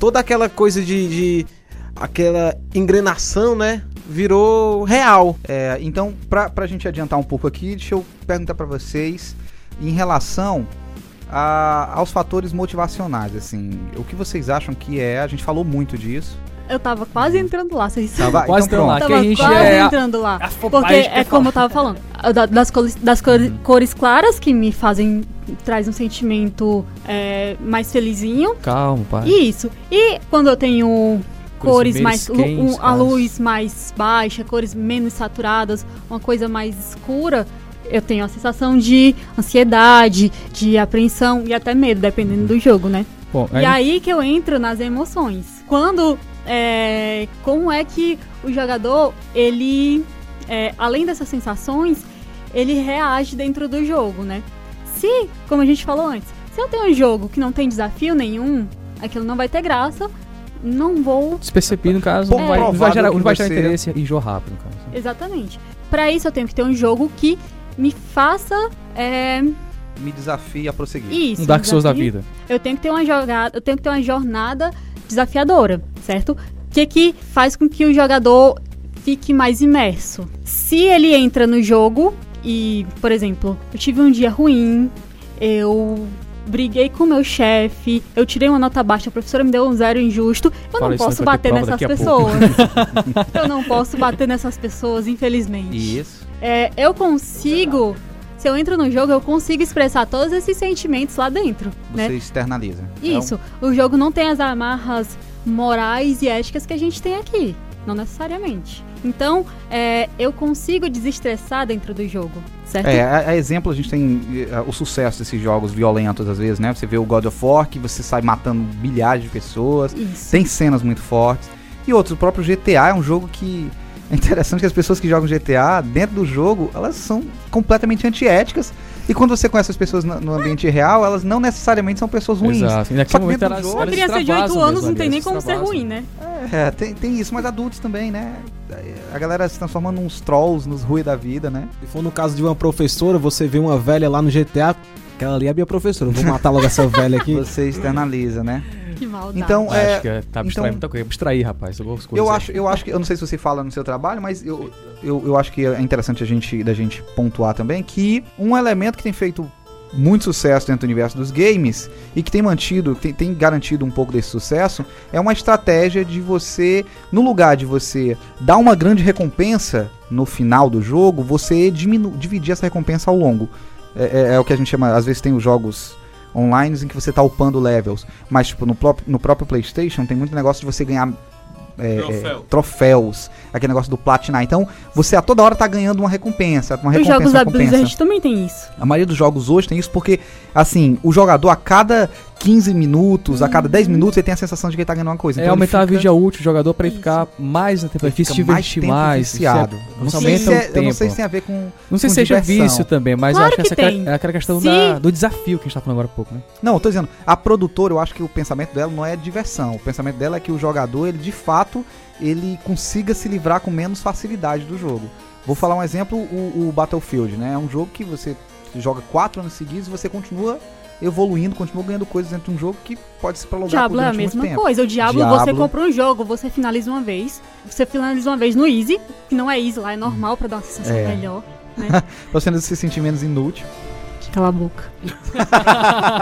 toda aquela coisa de. de- aquela engrenação, né? Virou real. É, então, pra, pra gente adiantar um pouco aqui, deixa eu perguntar pra vocês em relação a- aos fatores motivacionais, assim, o que vocês acham que é? A gente falou muito disso. Eu tava quase entrando lá, vocês Tá, vai, Quase então tão pronto. lá. tava que a gente quase é a- entrando lá. Porque bobagem que Uhum. é eu como eu tava falando, da- das, cores, das cor- cores claras que me fazem, traz um sentimento é, mais felizinho. Calma, pai. E isso. E quando eu tenho cores, meio mais. lu- quentes, um- a quase. luz mais baixa, cores menos saturadas, uma coisa mais escura, eu tenho a sensação de ansiedade, de apreensão e até medo, dependendo do jogo, né? Bom, E aí, aí que eu entro nas emoções. Quando. é, como é que o jogador, ele. é, além dessas sensações, ele reage dentro do jogo, né? Se, como a gente falou antes, se eu tenho um jogo que não tem desafio nenhum, aquilo não vai ter graça, não vou. despercebido, no caso, Pouco não vai, não vai provável gerar, que não vai gerar você- interesse e enjoa rápido, no caso. Exatamente. Pra isso eu tenho que ter um jogo que me faça. é, Me desafia a prosseguir. isso. Um Dark Souls da desafio. vida. Eu tenho que ter uma jogada, eu tenho que ter uma jornada desafiadora, certo? Que que faz com que o jogador fique mais imerso. Se ele entra no jogo e, por exemplo, eu tive um dia ruim, eu briguei com o meu chefe, eu tirei uma nota baixa, a professora me deu um zero injusto, eu Fala não isso, posso nós vamos bater ter prova nessas daqui a pessoas. eu não posso bater nessas pessoas, infelizmente. Isso. É, eu consigo, se eu entro no jogo, eu consigo expressar todos esses sentimentos lá dentro, né? Você externaliza. Então, Isso, o jogo não tem as amarras morais e éticas que a gente tem aqui. Não necessariamente. Então, é, eu consigo desestressar dentro do jogo, certo? É, a, a exemplo, a gente tem eh, o sucesso desses jogos violentos, às vezes, né? Você vê o God of War, que você sai matando milhares de pessoas, Isso. tem cenas muito fortes. E outros, o próprio GTA é um jogo que. É interessante que as pessoas que jogam GTA, dentro do jogo, elas são completamente antiéticas. E quando você conhece as pessoas no, no ambiente real, elas não necessariamente são pessoas ruins. Exato. E naquele Só que momento dentro do elas, jogo- Uma elas criança de 8 extravasam anos mesmo, não tem elas nem como ser extravasam. ruim, né? É, tem, tem isso, mas adultos também, né? A galera se transformando nos trolls, nos ruins da vida, né? Se for no caso de uma professora, você vê uma velha lá no GTA, aquela ali é a minha professora, eu vou matar logo essa velha aqui. Você externaliza, né? Que maldade. Então, é, Acho que é, tá abstraindo então- muita coisa. Abstrair, rapaz. algumas coisas Eu aí. acho, eu acho que, eu não sei se você fala no seu trabalho, mas eu, eu, eu acho que é interessante a gente, da gente pontuar também que um elemento que tem feito muito sucesso dentro do universo dos games e que tem mantido, tem, tem garantido um pouco desse sucesso, é uma estratégia de você, no lugar de você dar uma grande recompensa no final do jogo, você diminu- dividir essa recompensa ao longo. É, é- é o que a gente chama, às vezes tem os jogos online em que você tá upando levels, mas tipo, no, pró- no próprio Playstation tem muito negócio de você ganhar é, é, Troféu. troféus, aquele negócio do platinar. Então, você a toda hora tá ganhando uma recompensa, uma Os recompensa, jogos da recompensa. Blizzard também tem isso. A maioria dos jogos hoje tem isso porque, assim, o jogador a cada 15 minutos, a cada 10 minutos, ele tem a sensação de que ele tá ganhando uma coisa. É Então, ele aumentar a fica- É vida útil do jogador pra ele ficar mais na ele superfície, se fica mais divertir tempo mais. viciado. isso é- Não Isso sei aumenta se é- o eu tempo. não sei se tem a ver com. Não sei com se seja diversão. vício também, mas Claro eu acho que essa aquela- tem. é aquela questão Se- da- do desafio que a gente tá falando agora há pouco, né? Não, eu tô dizendo, a produtora, eu acho que o pensamento dela não é diversão. O pensamento dela é que o jogador, ele de fato, ele consiga se livrar com menos facilidade do jogo. Vou falar um exemplo, o, o Battlefield, né? É um jogo que você joga quatro anos seguidos e você continua evoluindo, continua ganhando coisas dentro de um jogo que pode se prolongar Diablo é a durante muito mesma tempo. coisa. O Diablo, você Diablo. compra um jogo, você finaliza uma vez. Você finaliza uma vez no Easy, que não é Easy lá, é normal pra dar uma sensação É. melhor. Pra você não se sentir menos inútil. Cala a boca.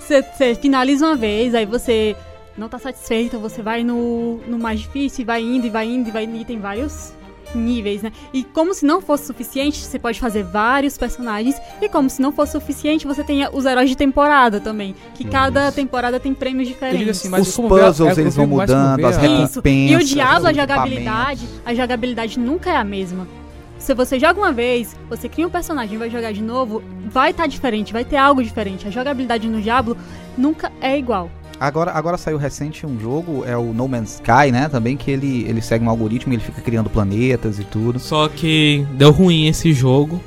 Você você finaliza uma vez, aí você não tá satisfeito, você vai no, no mais difícil, e vai indo, e vai indo, e vai indo, e tem vários níveis, né? E como se não fosse suficiente, você pode fazer vários personagens, e como se não fosse suficiente, você tem os heróis de temporada também, que cada temporada tem prêmios Eu diferentes. digo assim, mas Os como ver- puzzles, é, eles vão eu digo mais como mudando, ver as a- recompensas. Isso. E o diabo, a os jogabilidade, a jogabilidade nunca é a mesma. Se você joga uma vez, você cria um personagem e vai jogar de novo, vai estar diferente, vai ter algo diferente. A jogabilidade no Diablo nunca é igual. Agora, agora saiu recente um jogo, é o No Man's Sky, né? Também que ele, ele segue um algoritmo, ele fica criando planetas e tudo. Só que deu ruim esse jogo,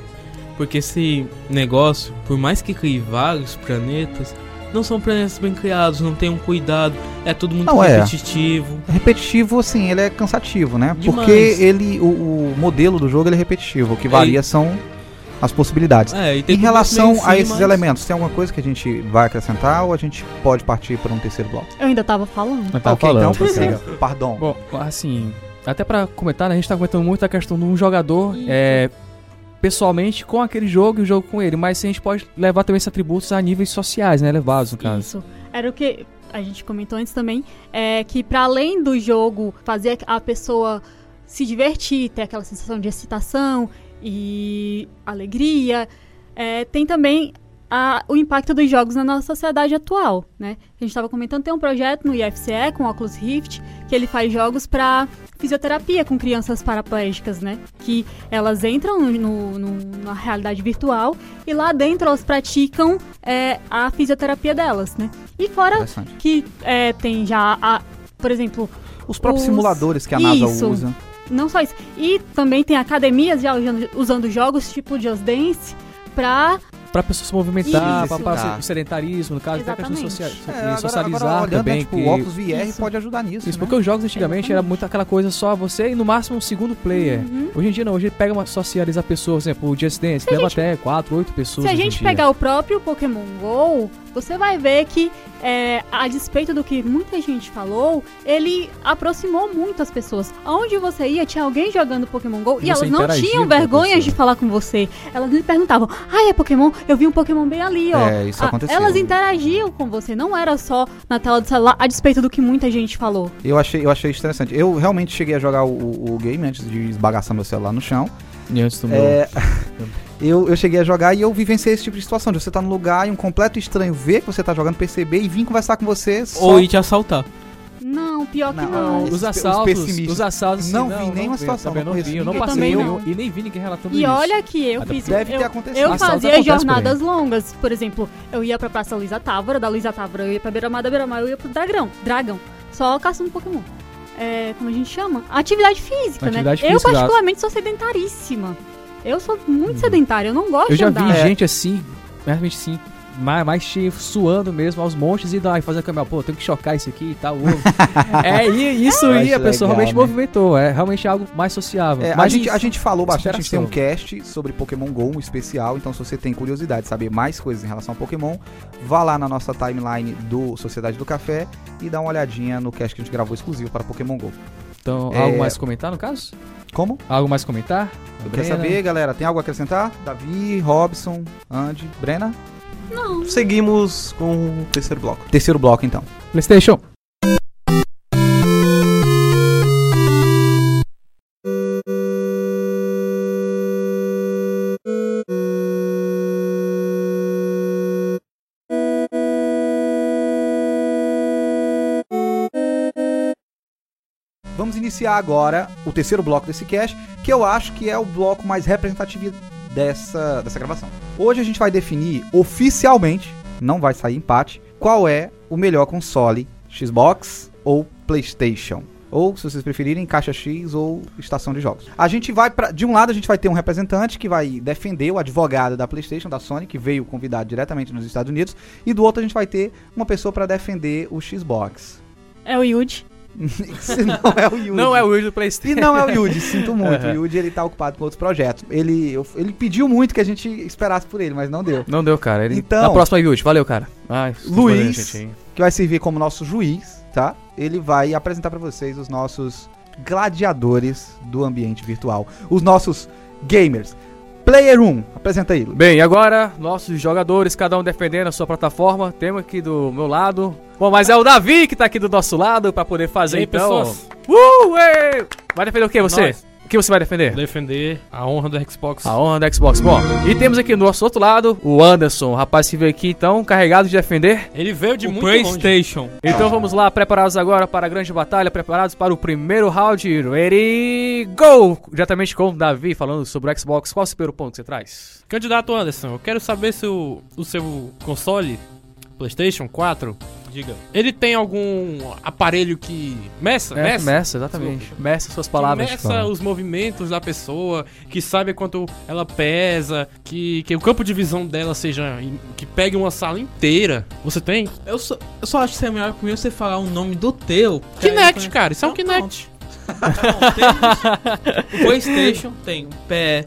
porque esse negócio, por mais que crie vários planetas, não são planetas bem criados, não tem um cuidado, é tudo muito Não, é. repetitivo. Repetitivo, assim, ele é cansativo, né? Demais. Porque ele, o, o modelo do jogo ele é repetitivo. O que varia são as possibilidades. É, e tem Em tudo relação isso a aí, esses mas- elementos, tem alguma coisa que a gente vai acrescentar ou a gente pode partir para um terceiro bloco? Eu ainda tava falando. Mas tava ok, falando. então prossiga. Pardon. Bom, assim, até pra comentar, né, a gente tá comentando muito a questão de um jogador é, pessoalmente com aquele jogo e o jogo com ele, mas a gente pode levar também esses atributos a níveis sociais, né, elevados no caso. Isso. Era o que a gente comentou antes também, é que para além do jogo fazer a pessoa se divertir, ter aquela sensação de excitação e alegria, é, tem também a- o impacto dos jogos na nossa sociedade atual, né? A gente estava comentando, tem um projeto no IFCE com o Oculus Rift, que ele faz jogos para fisioterapia com crianças paraplégicas, né? Que elas entram no- no- na realidade virtual e lá dentro elas praticam é, a fisioterapia delas, né? E fora Interessante. que é, tem já, a, por exemplo, Os próprios Os- simuladores que a NASA Isso. usa. não só isso, e também tem academias já usando, usando jogos tipo Just Dance pra... Pra pessoa se movimentar, Isso, pra, pra tá. o sedentarismo, no caso, até a questão de socia- É, Exatamente. so- socializar também. tipo, que- o óculos VR Isso. pode ajudar nisso. né? Isso, porque os jogos antigamente era muito aquela coisa só você e no máximo um segundo player. Uhum. Hoje em dia não, hoje pega uma socializa a pessoa, por exemplo, o Just Dance, leva até 4, 8 pessoas. Se a hoje em gente dia. pegar o próprio Pokémon GO, você vai ver que, é, a despeito do que muita gente falou, ele aproximou muito as pessoas. Aonde você ia, tinha alguém jogando Pokémon GO E e, você elas não interagia tinham com a vergonha de pessoa. falar com você. Elas lhe perguntavam, ai, é Pokémon? Eu vi um Pokémon bem ali, ó. É, isso Ah, aconteceu. Elas interagiam com você, não era só na tela do celular, a despeito do que muita gente falou. Eu achei, eu achei interessante. Eu realmente cheguei a jogar o, o- o game antes de esbagaçar meu celular no chão. E antes do meu- É, eu, eu cheguei a jogar e eu vivenciei esse tipo de situação. De você tá num lugar e um completo estranho ver que você tá jogando, perceber e vir conversar com você só... Ou ir te assaltar. Não, pior que Não, não. esses Os pe- assaltos, pessimistas. os assaltos assim, Não vi nenhuma vi, situação, também não não vi, conheço eu não ninguém. passei Eu também eu- não. e nem vi ninguém relatando E isso. olha que eu Até fiz. Deve eu- ter acontecido. Eu Assalto fazia acontece por aí. jornadas longas, por exemplo, eu ia pra Praça Luiza Távora, da Luiza Távora, eu ia pra Beira-Mar, da Beira-Mar, eu ia pro Dragão, Dragão, só caçando Pokémon. É, como a gente chama? Atividade física, Atividade né? física. Eu, particularmente, sou sedentaríssima. Eu sou muito sedentária, eu não gosto Eu já de andar. vi É. gente assim, realmente assim, mais, mais cheio, suando mesmo aos montes e daí fazendo câmera, pô, tem que chocar isso aqui e tal, ovo. é, e isso Eu aí, acho a pessoa legal, realmente né? movimentou, é realmente algo mais sociável. É, a, Mas gente, a isso- gente falou bastante, a gente tem um Esperação. cast sobre Pokémon GO, um especial, então se você tem curiosidade de saber mais coisas em relação a Pokémon, vá lá na nossa timeline do Sociedade do Café e dá uma olhadinha no cast que a gente gravou exclusivo para Pokémon GO. Então, É. algo mais a comentar no caso? Como? Algo mais a comentar? Eu Brena? queria saber, galera, tem algo a acrescentar? Davi, Robson, Andy, Brena? é. Seguimos com o terceiro bloco. Terceiro bloco, então. PlayStation. Vamos iniciar agora o terceiro bloco desse cast, que eu acho que é o bloco mais representativo dessa, dessa gravação. Hoje a gente vai definir oficialmente, não vai sair empate, qual é o melhor console, Xbox ou PlayStation. Ou, se vocês preferirem, caixa X ou estação de jogos. A gente vai pra. De um lado, a gente vai ter um representante que vai defender o advogado da PlayStation, da Sony, que veio convidado diretamente nos Estados Unidos. E do outro, a gente vai ter uma pessoa pra defender o Xbox. É o Yuji. Isso não é o Yuji. Não é o Will do PlayStation. E não é o Yudi, sinto muito. Uhum. O Yudi, ele tá ocupado com outros projetos. Ele, eu- ele pediu muito que a gente esperasse por ele, mas não deu. Não deu, cara. Ele... Então- Na próxima, Yuji. Valeu, cara. Ai, Luiz. gente, hein? Que vai servir como nosso juiz, tá? Ele vai apresentar pra vocês os nossos gladiadores do ambiente virtual. Os nossos gamers. Player 1, apresenta aí. Luiz. Bem, e agora, nossos jogadores, cada um defendendo a sua plataforma. Temos aqui do meu lado. Bom, mas é o Davi que tá aqui do nosso lado pra poder fazer, Ei, então. pessoas. Uh, ei! Vai defender o que você? Nós. O que você vai defender? Defender a honra do Xbox. A honra da Xbox. Bom, e temos aqui do nosso outro lado o Anderson, o rapaz que veio aqui então, carregado de defender. Ele veio de o muito longe. PlayStation. Então vamos lá, preparados agora para a grande batalha, preparados para o primeiro round. Ready, go! Diretamente com o Davi falando sobre o Xbox. Qual o primeiro ponto que você traz? Candidato Anderson, eu quero saber se o, o seu console PlayStation 4 diga. Ele tem algum aparelho que meça? É, meça? Meça, exatamente. Meça suas palavras. Que meça Fala. os movimentos da pessoa, que sabe quanto ela pesa, que, que o campo de visão dela seja. em- que pegue uma sala inteira. Você tem? Eu só, eu só acho que seria melhor primeiro você falar o nome do teu. Kinect, cara. Isso é um Então, Kinect. O PlayStation tem o P-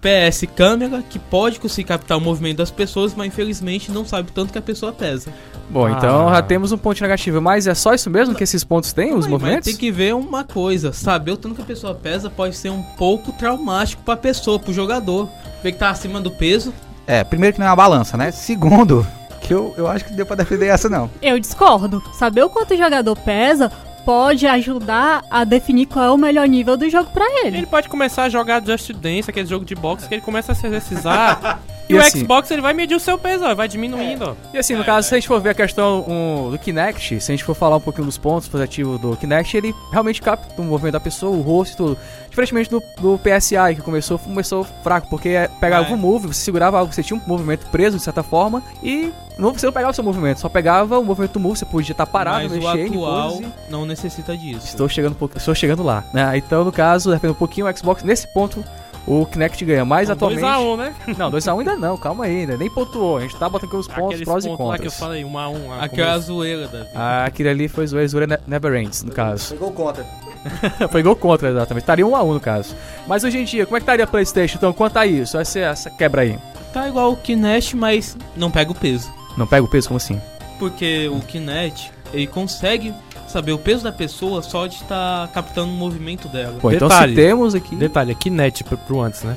PS câmera que pode conseguir captar o movimento das pessoas, mas infelizmente não sabe o tanto que a pessoa pesa. Bom, então Ah. já temos um ponto negativo. Mas é só isso mesmo que esses pontos têm, Mas os movimentos? Tem que ver uma coisa, saber o tanto que a pessoa pesa pode ser um pouco traumático pra pessoa, pro jogador. Ver que tá acima do peso, É, primeiro que não é uma balança, né? Segundo, que eu, eu acho que deu pra defender essa, não. Eu discordo. Saber o quanto o jogador pesa pode ajudar a definir qual é o melhor nível do jogo pra ele. Ele pode começar a jogar Just Dance, aquele jogo de boxe, que ele começa a se exercitar. e E o assim- Xbox ele vai medir o seu peso, ó, vai diminuindo. ó. E assim, no caso, é. se a gente for ver a questão um, do Kinect, se a gente for falar um pouquinho dos pontos positivos do Kinect, ele realmente capta o movimento da pessoa, o rosto e tudo. Diferentemente do, do PSI, que começou, começou fraco, porque é, pegava É. um move, você segurava algo, você tinha um movimento preso, de certa forma, e não, você não pegava o seu movimento, só pegava o movimento do move, você podia estar parado, né? mas o mexer, em atual poses e- não necessita disso. Estou chegando, um pouco- estou chegando lá. né? Então, no caso, depende um pouquinho, o Xbox, nesse ponto, o Kinect ganha. Mas Um atualmente... 2x1, né? Não, 2x1 ainda não, calma aí, ainda. Nem pontuou, a gente tá botando aqui os pontos, Aqueles prós pontos e lá que eu contras. falei, 1x1. lá no Aqui é a começo. zoeira da vida. Ah, aquele ali foi o Ezura Ne- Never Ends, no caso. Pegou contra. foi gol contra, exatamente. Estaria 1 a 1 no caso. Mas hoje em dia, como é que estaria a Playstation? Então, quanto a isso? Essa, essa quebra aí. Tá igual o Kinect, mas não pega o peso. Não pega o peso? Como assim? Porque o Kinect, ele consegue saber o peso da pessoa só de estar captando o movimento dela. Bom, então se Detalhe. temos aqui... Detalhe, é Kinect pro, pro antes, né?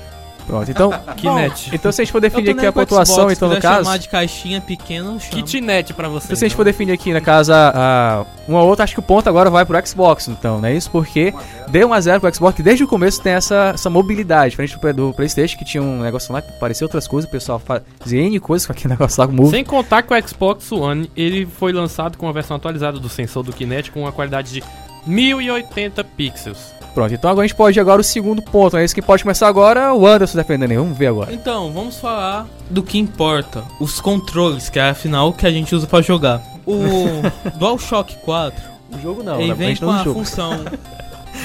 Pronto, então... Kinect. Então se a gente for Eu tô definir aqui nem a com o pontuação, Xbox, então, se no quiser caso... chamar de caixinha pequena, eu chamo. Kitnet pra né? você. Então, se a gente for definir aqui, na casa, a- uma ou outra, acho que o ponto agora vai pro Xbox, então, não é isso? Porque deu 1x0 pro Xbox, que desde o começo tem essa, essa mobilidade, diferente do, Play- do PlayStation, que tinha um negócio lá que parecia outras coisas, o pessoal fazia N coisas com aquele negócio lá com o Move. Sem contar que o Xbox One, ele foi lançado com a versão atualizada do sensor do Kinect com uma qualidade de 1080 pixels. Pronto, então agora a gente pode ir agora o segundo ponto, é isso que pode começar agora, o Anderson defendendo aí, vamos ver agora. Então, vamos falar do que importa, os controles, que é afinal o que a gente usa pra jogar. O DualShock 4, O jogo não, né? ele vem com a jogo. função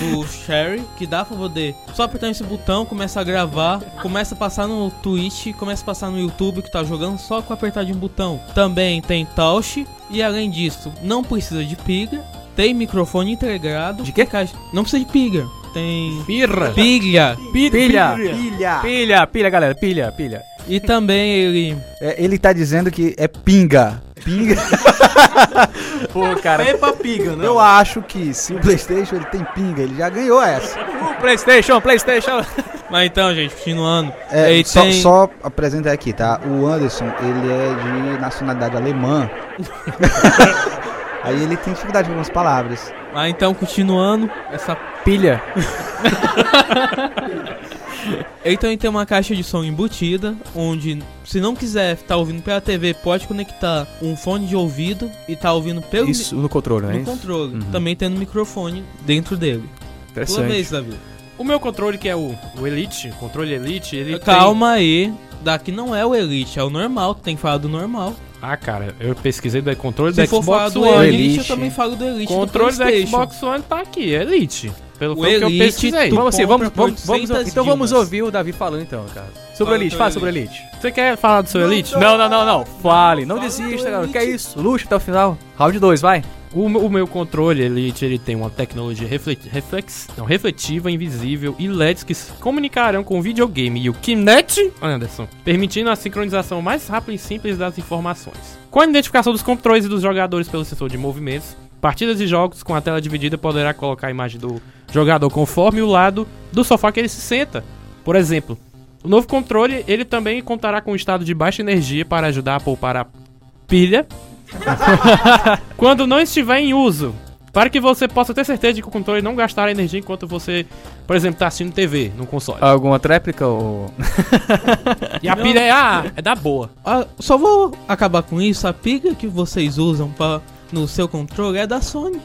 do Share, que dá pra poder só apertar esse botão, começa a gravar, começa a passar no Twitch, começa a passar no YouTube que tá jogando só com apertar de um botão. Também tem Touch, e além disso, não precisa de pilha, tem microfone integrado. De quê? caixa- Não precisa de pilha, tem Pirra! pilha. Pilha, Filha! pilha, pilha, galera, pilha, pilha. E também ele... É, ele tá dizendo que é pinga. Pinga. Pô, cara, Eu acho que se o PlayStation ele tem pinga, ele já ganhou essa. Playstation, Playstation... Mas então, gente, continuando. É, Ele só, tem- só apresenta aqui, tá? O Anderson, ele é de nacionalidade alemã. Aí ele tem dificuldade com algumas palavras. Ah, então, continuando, essa Pilha. Ele também tem uma caixa de som embutida, onde se não quiser estar ouvindo pela TV, pode conectar um fone de ouvido e tá ouvindo pelo Isso, no controle, mi- né? no controle, Uhum. também tendo microfone dentro dele. Tua vez, Davi. O meu controle, que é o, o Elite, controle Elite, ele tem- Calma aí, daqui não é o Elite, é o normal, tem que falar do normal. Ah, cara, eu pesquisei do controle Se do for falar Xbox do One. Elite, eu Elite. também falo do Elite O controle do do PlayStation. Xbox One tá aqui, é Elite. Pelo O pelo que eu Elite, pesquisei. tu- Vamos assim, vamos, compra por vamos, vamos, 800 então vamos dimas. ouvir o Davi falando então, cara. Sobre Fala o Elite, do fala sobre o Elite. Você quer falar do seu Elite? Não, não, não, não. Fale, não Fala do desista, cara. Elite. Que é isso? Luxo até o final. Round 2, vai. O, meu- o meu controle Elite ele tem uma tecnologia refle- reflex, não, refletiva, invisível e LEDs que se comunicarão com o videogame e o Kinect, Anderson, permitindo a sincronização mais rápida e simples das informações. Com a identificação dos controles e dos jogadores pelo sensor de movimentos, partidas e jogos com a tela dividida poderá colocar a imagem do jogador conforme o lado do sofá que ele se senta. Por exemplo, o novo controle ele também contará com o estado de baixa energia para ajudar a poupar a pilha quando não estiver em uso. Para que você possa ter certeza de que o controle não gastará energia enquanto você, por exemplo, tá assistindo TV no console. Alguma tréplica ou. E a Não. pilha é, ah, é da boa. Ah, só vou acabar com isso, a pilha que vocês usam pra, no seu controle é da Sony.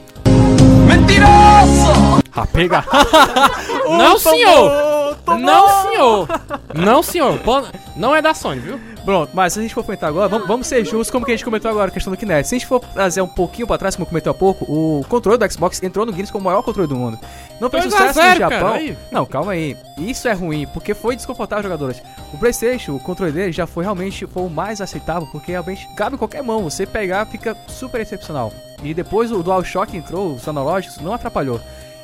Não, senhor! Não, senhor! Não, senhor! Pô, Não é da Sony, viu? Pronto, mas se a gente for comentar agora, vamos, vamos ser justos, como que a gente comentou agora, a questão do Kinect. Se a gente for trazer um pouquinho pra trás, como comentou há pouco, o controle do Xbox entrou no Guinness como o maior controle do mundo. Não fez Dois a sucesso no zero, é, cara, Japão. aí. Não, calma aí. Isso é ruim, porque foi desconfortável aos jogadores. O Playstation, o controle dele já foi realmente foi o mais aceitável, porque realmente cabe em qualquer mão. Você pegar, fica super excepcional. E depois o DualShock entrou, os analógicos, não atrapalhou.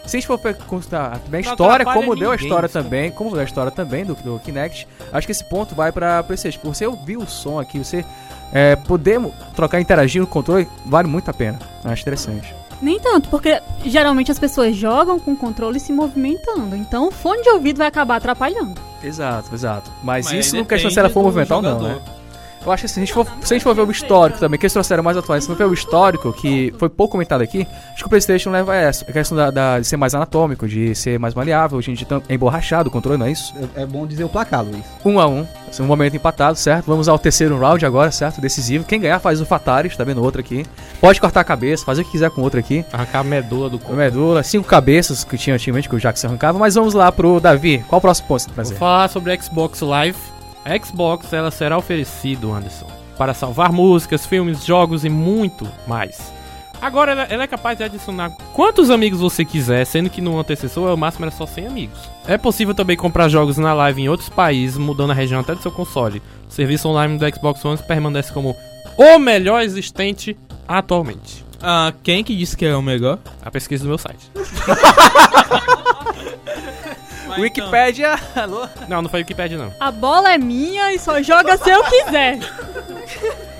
Se a gente for pe- considerar também a Não história, atrapalha como deu a ninguém, história isso. né? também, como deu a história também do, do Kinect, acho que esse ponto vai pra PlayStation. Você ouvir o som aqui, você é, poder mo- trocar, interagir no controle, vale muito a pena. Acho interessante. Nem tanto, porque geralmente as pessoas jogam com o controle se movimentando. Então o fone de ouvido vai acabar atrapalhando. Exato, exato. Mas, Mas isso aí não questiona se depende ela for do movimental ou não, né? jogador. Eu acho que se a gente for, se a gente for ver o histórico também, que eles trouxeram mais atuais, se não ver o histórico, que foi pouco comentado aqui, acho que o Playstation leva a essa. A questão da, da- de ser mais anatômico, de ser mais maleável, gente, de tan- é emborrachado o controle, não é isso? É bom dizer o placar, Luiz. Um a um. Um momento empatado, certo? Vamos ao terceiro round agora, certo? Decisivo. Quem ganhar faz o Fataris, tá vendo outro aqui. Pode cortar a cabeça, fazer o que quiser com o outro aqui. Arrancar a medula do A Medula, cinco cabeças que tinha antigamente, que o Jackson arrancava. Mas vamos lá pro Davi. Qual o próximo ponto você Vou trazer? falar sobre a Xbox Live. A Xbox ela será oferecido, Anderson, para salvar músicas, filmes, jogos e muito mais. Agora ela, ela é capaz de adicionar quantos amigos você quiser, sendo que no antecessor o máximo era só 100 amigos. É possível também comprar jogos na Live em outros países, mudando a região até do seu console. O serviço online do Xbox One permanece como o melhor existente atualmente. Ah, quem que disse que é o melhor? A pesquisa do meu site. Wikipedia. Alô? Não, não foi o que pede não. A bola é minha e só joga se eu quiser.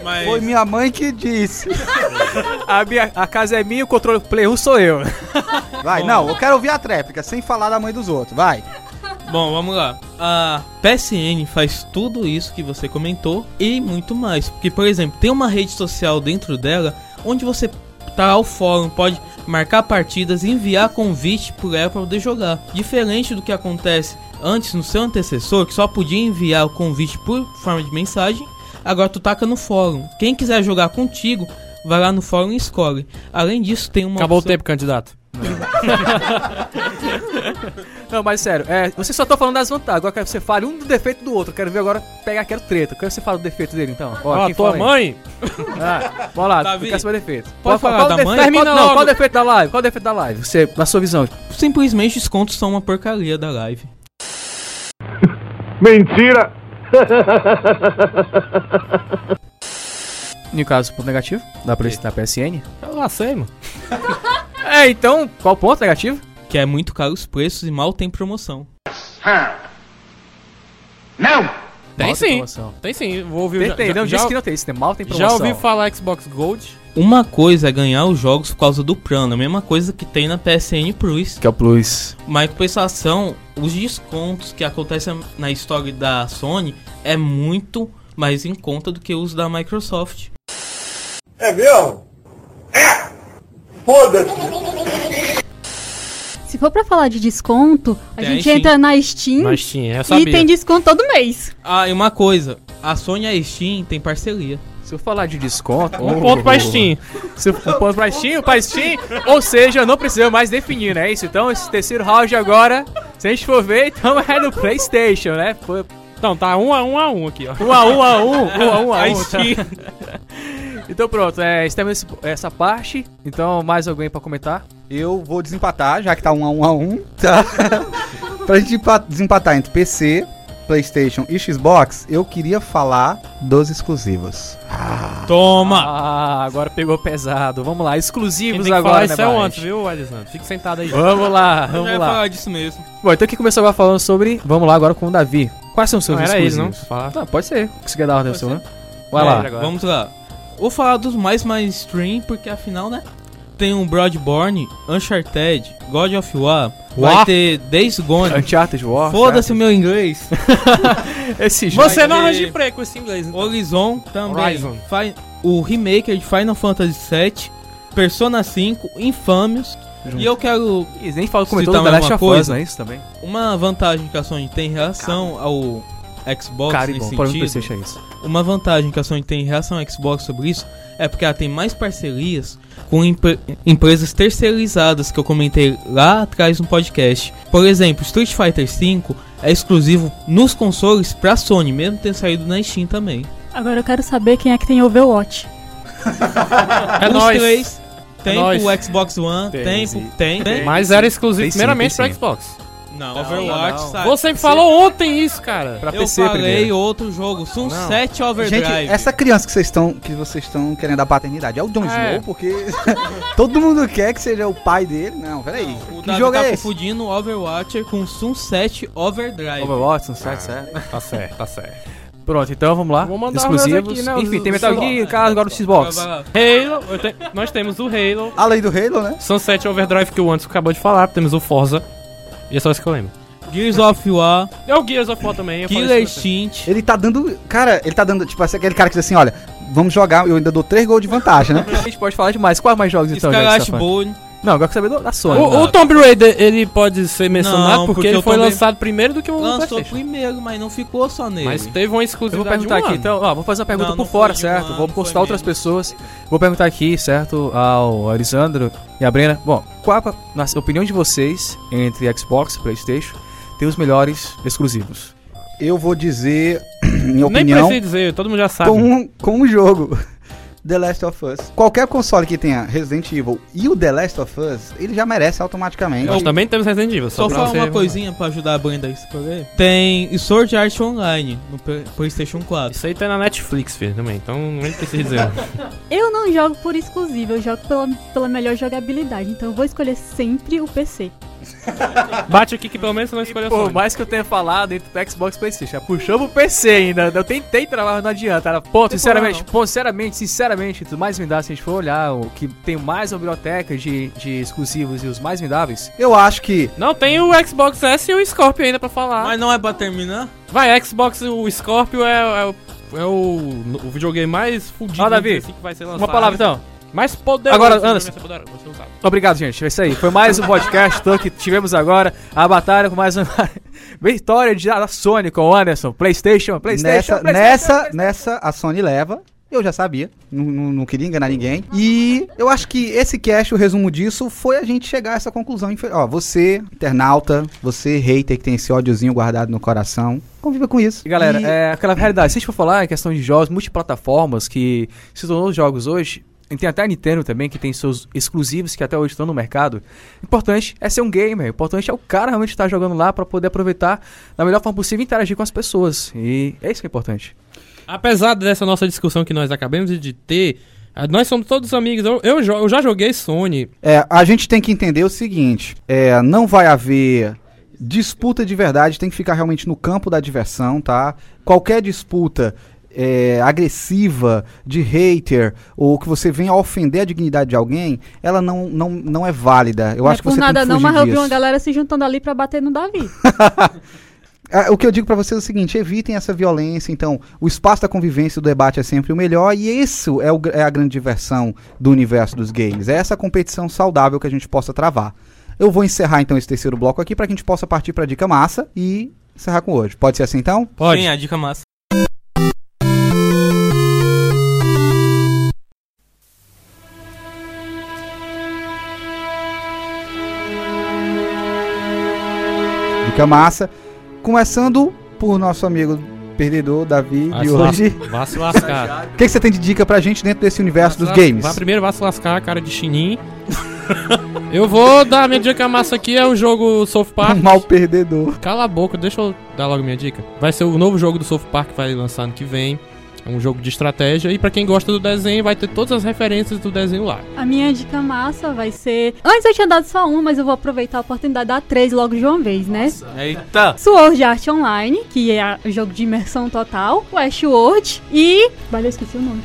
Mas... Foi minha mãe que disse. A, minha- a casa é minha, o controle Play 1 sou eu. Vai, não, eu quero ouvir a tréplica, sem falar da mãe dos outros. Vai. Bom, vamos lá. A PSN faz tudo isso que você comentou e muito mais. Porque, por exemplo, tem uma rede social dentro dela onde você tá ao fórum, pode marcar partidas e enviar convite por ela para poder jogar. Diferente do que acontece antes no seu antecessor, que só podia enviar o convite por forma de mensagem, agora tu taca no fórum. Quem quiser jogar contigo, vai lá no fórum e escolhe. Além disso, tem uma Acabou o opção- tempo, candidato. Não, mas sério, é, você só tá falando das vantagens. Agora eu quero que você fale um do defeito do outro. Eu Quero ver agora pegar, quero treta. Eu Quero que você fale do defeito dele, então. Ó, Tá quem tua fala aí? mãe Ah, vamos lá, Davi, Davi, quero saber defeito. pode falar qual o da defeito- mãe? Termina Termina não, logo. qual o defeito da live? Qual o defeito da live? Você, na sua visão. Simplesmente os contos são uma porcaria da live. Mentira! No caso, ponto negativo da, Play- da PSN. Eu lá sei, mano. É, então, qual o ponto negativo? Que é muito caro os preços e mal tem promoção. Não! Tem Mal sim. promoção. Tem sim, vou ouvir o Tem, ja- tem. ja- Não, já- disse que não tem. Isso tem mal, tem Já promoção. ouvi falar Xbox Gold? Uma coisa é ganhar os jogos por causa do plano, a mesma coisa que tem na PSN Plus. Que é o Plus. Mas em compensação, os descontos que acontecem na história da Sony é muito mais em conta do que os da Microsoft. É mesmo? É! Foda-se! Se for pra falar de desconto, a Tem gente Steam. entra na Steam Mas tinha, é eu e sabia. tem desconto todo mês. Ah, e uma coisa, a Sony e a Steam tem parceria. Se eu falar de desconto. oh, Um ponto pra Steam. Se for um ponto pra Steam, pra Steam, ou seja, não precisa mais definir, né? Isso, então esse terceiro round agora, se a gente for ver, então é no Playstation, né? Foi Então, tá um a um a um aqui, ó. um a um a um, um a um a A um. tá? Steam. Então pronto, é, estamos esse- essa parte, então mais alguém pra comentar? Eu vou desempatar, já que tá um a um a um, tá? pra gente empa- desempatar entre PC, Playstation e Xbox, eu queria falar dos exclusivos. Toma! Ah, agora pegou pesado, vamos lá, Quem tem exclusivos que agora, falar né, isso é o Barret? antes, viu, Alisandro? Fique sentado aí. Vamos lá, Eu já vamos ia lá. falar disso mesmo. Bom, então quem começou agora falando sobre, vamos lá agora com o Davi. Quais são os seus Não era exclusivos? isso, não? Falar. Ah, pode ser, que você quer dar ordem ao seu, né? Vai É, lá. agora. Vamos lá. Vou falar dos mais mainstream, porque afinal, né? Tem um Broadborn, Uncharted, God of War, vai War? ter Days Gone. Uncharted War. Foda-se o meu inglês. certo? Esse jogo. Você não Vai arranja ter- emprego com esse inglês, então. Horizon também. Horizon. Fi- o remake de Final Fantasy VII, Persona 5, Infamous. E eu quero Eles nem falam, comentou Citar do The mais Last uma of Us, coisa? né? não é isso também? uma vantagem que a Sony tem em relação ao Xbox Cara, e nesse bom, para mim, sentido, PlayStation é isso. uma vantagem que a Sony tem em relação à Xbox sobre isso é porque ela tem mais parcerias com empre- empresas terceirizadas que eu comentei lá atrás no podcast. Por exemplo, Street Fighter V é exclusivo nos consoles pra Sony, mesmo tendo saído na Steam também. Agora eu quero saber quem é que tem Overwatch. É Os nóis. três tem nóis. pro Xbox One, Tem, tem, sim. pro- tem, tem. Mas era exclusivo Tem sim, primeiramente tem pra sim. Xbox. Não, Overwatch, não. sabe? Você me falou ontem isso, cara. Pra Eu PC falei primeiro. outro jogo, Sunset Overdrive. Gente, essa criança que vocês estão que vocês estão querendo dar paternidade é o Jon É. Snow, porque todo mundo quer que seja o pai dele. Não, peraí. O que Davi jogo tá é esse? confundindo Overwatch com Sunset Overdrive. Overwatch, Sunset, certo? Tá certo, tá certo. Pronto, então vamos lá. Vou mandar os meus Exclusivos. aqui, né, os- Enfim, tem os- Metal os- Gear, cara, agora o Xbox. Vai, vai lá. Halo, eu te- nós temos o Halo, Além do Halo, né? Sunset Overdrive que o Anderson acabou de falar, temos o Forza. E é só isso que eu lembro. Gears of War, É o Gears of War também. eu falei Killer isso pra você. Instinct. Ele tá dando. Cara, ele tá dando. Tipo, aquele cara que diz assim: olha, vamos jogar, eu ainda dou três gols de vantagem, né? A gente pode falar demais. Quais mais jogos então, já que você tá Skylash falando? Bone. Não, agora eu quero saber do- da Sony. O, o Tomb Raider, ele pode ser mencionado Não, porque, porque ele o foi Tomb- lançado primeiro do que o Lançou PlayStation. primeiro, mas não ficou só nele. Mas teve uma Eu vou exclusividade perguntar de um aqui, ano. então, ó, vou fazer uma pergunta Não, por não fora, foi de um certo? ano, vou foi consultar outras mesmo. pessoas. Vou perguntar aqui, certo, ao Elisandro e a Brena. Bom, qual a na opinião de vocês entre Xbox e Playstation tem os melhores exclusivos? Eu vou dizer, minha Nem opinião, precisa dizer, todo mundo já sabe. com um, com um jogo. The Last of Us. Qualquer console que tenha Resident Evil e o The Last of Us, ele já merece automaticamente. Nós também temos Resident Evil. Só pra falar você- uma coisinha pra ajudar a Brenda aí, se puder. Tem Sword Art Online no P- PlayStation 4. Isso aí tá na Netflix, filho, também. Então nem precisa dizer. Eu não jogo por exclusivo, eu jogo pela, pela melhor jogabilidade, então eu vou escolher sempre o PC. Bate aqui que pelo menos você não escolheu a Por Sony. mais que eu tenha falado entre o Xbox e Playstation, já puxou pro PC ainda. Eu tentei trabalhar, mas não adianta. Era, pô, sinceramente, pô, sinceramente, sinceramente, tu mais vendável, se a gente for olhar o que tem mais uma biblioteca de, de exclusivos e os mais vendáveis, Eu acho que Não, tem o Xbox S e o Scorpio ainda pra falar. Mas não é pra terminar? Vai, Xbox, o Scorpio é, é o- é o, o videogame mais fudido Ó, Davi, assim, que vai ser lançado. uma palavra então. Mais poderoso. Agora, né, vai Anderson. ser poderoso, vai ser usado. Obrigado, gente. É isso aí. Foi mais um podcast então, que tivemos agora. A batalha com mais uma vitória de da Sony com o Anderson. PlayStation, PlayStation. nessa, nessa, nessa a Sony leva. Eu já sabia, não, não- não queria enganar ninguém. E eu acho que esse cast, o resumo disso, foi a gente chegar a essa conclusão. infe- Ó, você, internauta, você, hater que tem esse ódiozinho guardado no coração, conviva com isso. E galera, E- é aquela realidade. Se a gente for falar em questão de jogos, multiplataformas que se tornou jogos hoje. e Tem até a Nintendo também, que tem seus exclusivos que até hoje estão no mercado. O importante é ser um gamer. O importante é o cara realmente estar jogando lá pra poder aproveitar da melhor forma possível e interagir com as pessoas. E é isso que é importante. Apesar dessa nossa discussão que nós acabamos de ter, ah, nós somos todos amigos. Eu, eu, jo- eu já joguei Sony. É, a gente tem que entender o seguinte: é, não vai haver disputa de verdade, tem que ficar realmente no campo da diversão, tá? Qualquer disputa é, agressiva, de hater, ou que você venha a ofender a dignidade de alguém, ela não, não, não é válida. Eu não acho é que por você nada tem que não, fugir mas eu vi disso. uma galera se juntando ali pra bater no Davi. Ah, O que eu digo pra vocês é o seguinte: evitem essa violência. Então, o espaço da convivência e do debate é sempre o melhor, e isso é, o gr- é a grande diversão do universo dos games. É essa competição saudável que a gente possa travar. Eu vou encerrar então esse terceiro bloco aqui pra que a gente possa partir pra dica massa e encerrar com hoje. Pode ser assim então? Pode. Sim, a dica massa. Dica massa. Começando por nosso amigo perdedor, Davi, Vai de se hoje. é. lascar. Vá se lascar. O que, que você tem de dica pra gente dentro desse universo dos Vá- games? Vá primeiro, vá se lascar a cara de chininho. eu vou dar minha dica massa aqui, é o jogo South Park. Um mal perdedor. Cala a boca, deixa eu dar logo minha dica. Vai ser o novo jogo do South Park que vai lançar ano que vem. É um jogo de estratégia. E pra quem gosta do desenho, vai ter todas as referências do desenho lá. A minha dica massa vai ser. Antes eu tinha dado só uma, mas eu vou aproveitar a oportunidade de dar três logo de uma vez, né? Eita! Sword Art Online, que é a- o jogo de imersão total, Westworld e. Vale, eu esqueci o nome.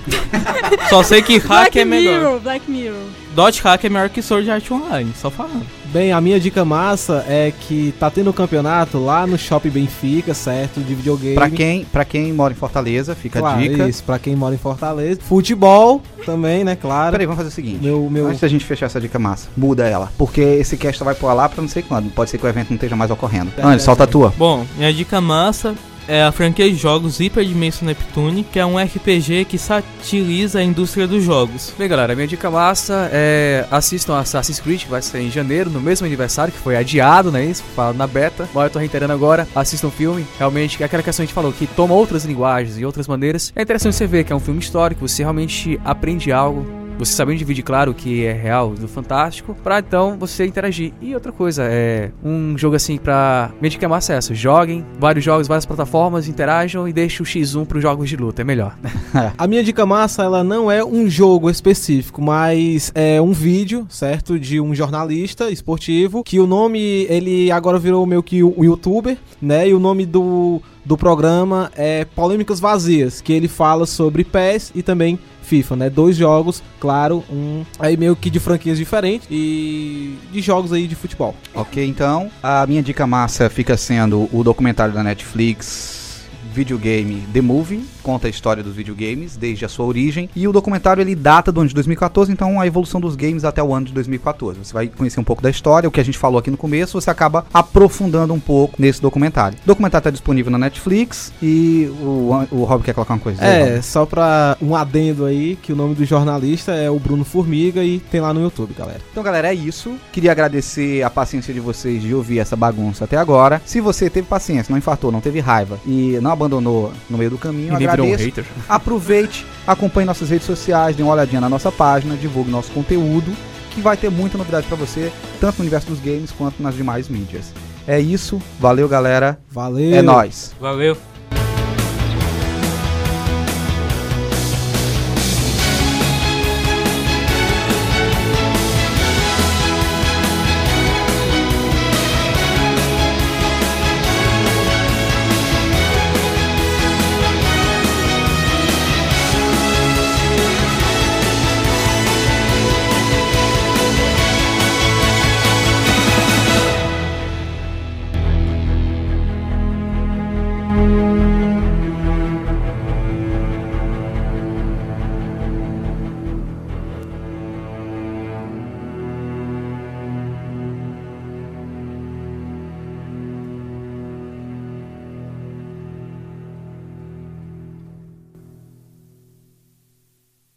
Só sei que hack é melhor. Mirror, Black Mirror. Dot hack é melhor que Sword Art Online, só falando. Bem, a minha dica massa é que tá tendo um campeonato lá no Shopping Benfica, certo? De videogame. Pra quem, pra quem mora em Fortaleza, fica Claro, a dica. Isso, pra quem mora em Fortaleza. Futebol também, né? Claro. Peraí, vamos fazer o seguinte. Meu, meu... Antes da gente fechar essa dica massa, muda ela. Porque esse cast vai pra lá pra não sei quando. Pode ser que o evento não esteja mais ocorrendo. Tá, tá, Antes, solta a tá. tua. Bom, minha dica massa é a franquia de jogos Hyperdimension Neptune, que é um RPG que satiriza a indústria dos jogos. Bem, galera, minha dica massa é assistam Assassin's Creed, que vai sair em janeiro, no mesmo aniversário, que foi adiado, né? Isso, falado na beta. Mas eu tô reiterando agora, assistam o filme. Realmente, é aquela questão que a gente falou, que toma outras linguagens e outras maneiras. É interessante você ver que é um filme histórico, você realmente aprende algo você sabendo dividir, claro, o que é real do fantástico, pra então você interagir. E outra coisa, é um jogo assim pra medicar mais acesso. é Joguem vários jogos, várias plataformas, interajam e deixe o X1 pros jogos de luta, é melhor. A minha dica massa, ela não é um jogo específico, mas é um vídeo, certo? De um jornalista esportivo, que o nome, ele agora virou meio que um youtuber, né? E o nome do, do programa é Polêmicas Vazias, que ele fala sobre PES e também FIFA, né? Dois jogos, claro, um aí meio que de franquias diferentes e de jogos aí de futebol. Ok, então a minha dica massa fica sendo o documentário da Netflix videogame The Movie, conta a história dos videogames desde a sua origem e o documentário ele data do ano de 2014, então a evolução dos games até o ano de 2014. Você vai conhecer um pouco da história, o que a gente falou aqui no começo, você acaba aprofundando um pouco nesse documentário. O documentário está disponível na Netflix e o, o Rob quer colocar uma coisa. aí, Rob? É, só pra um adendo aí, que o nome do jornalista é o Bruno Formiga e tem lá no YouTube, galera. Então, galera, é isso. Queria agradecer a paciência de vocês de ouvir essa bagunça até agora. Se você teve paciência, não infartou, não teve raiva e não abandonou no meio do caminho, E nem virou um agradeço. hater. Aproveite, acompanhe nossas redes sociais, dê uma olhadinha na nossa página, divulgue nosso conteúdo, que vai ter muita novidade pra você, tanto no universo dos games quanto nas demais mídias. É isso, valeu galera, Valeu! é nóis. Valeu!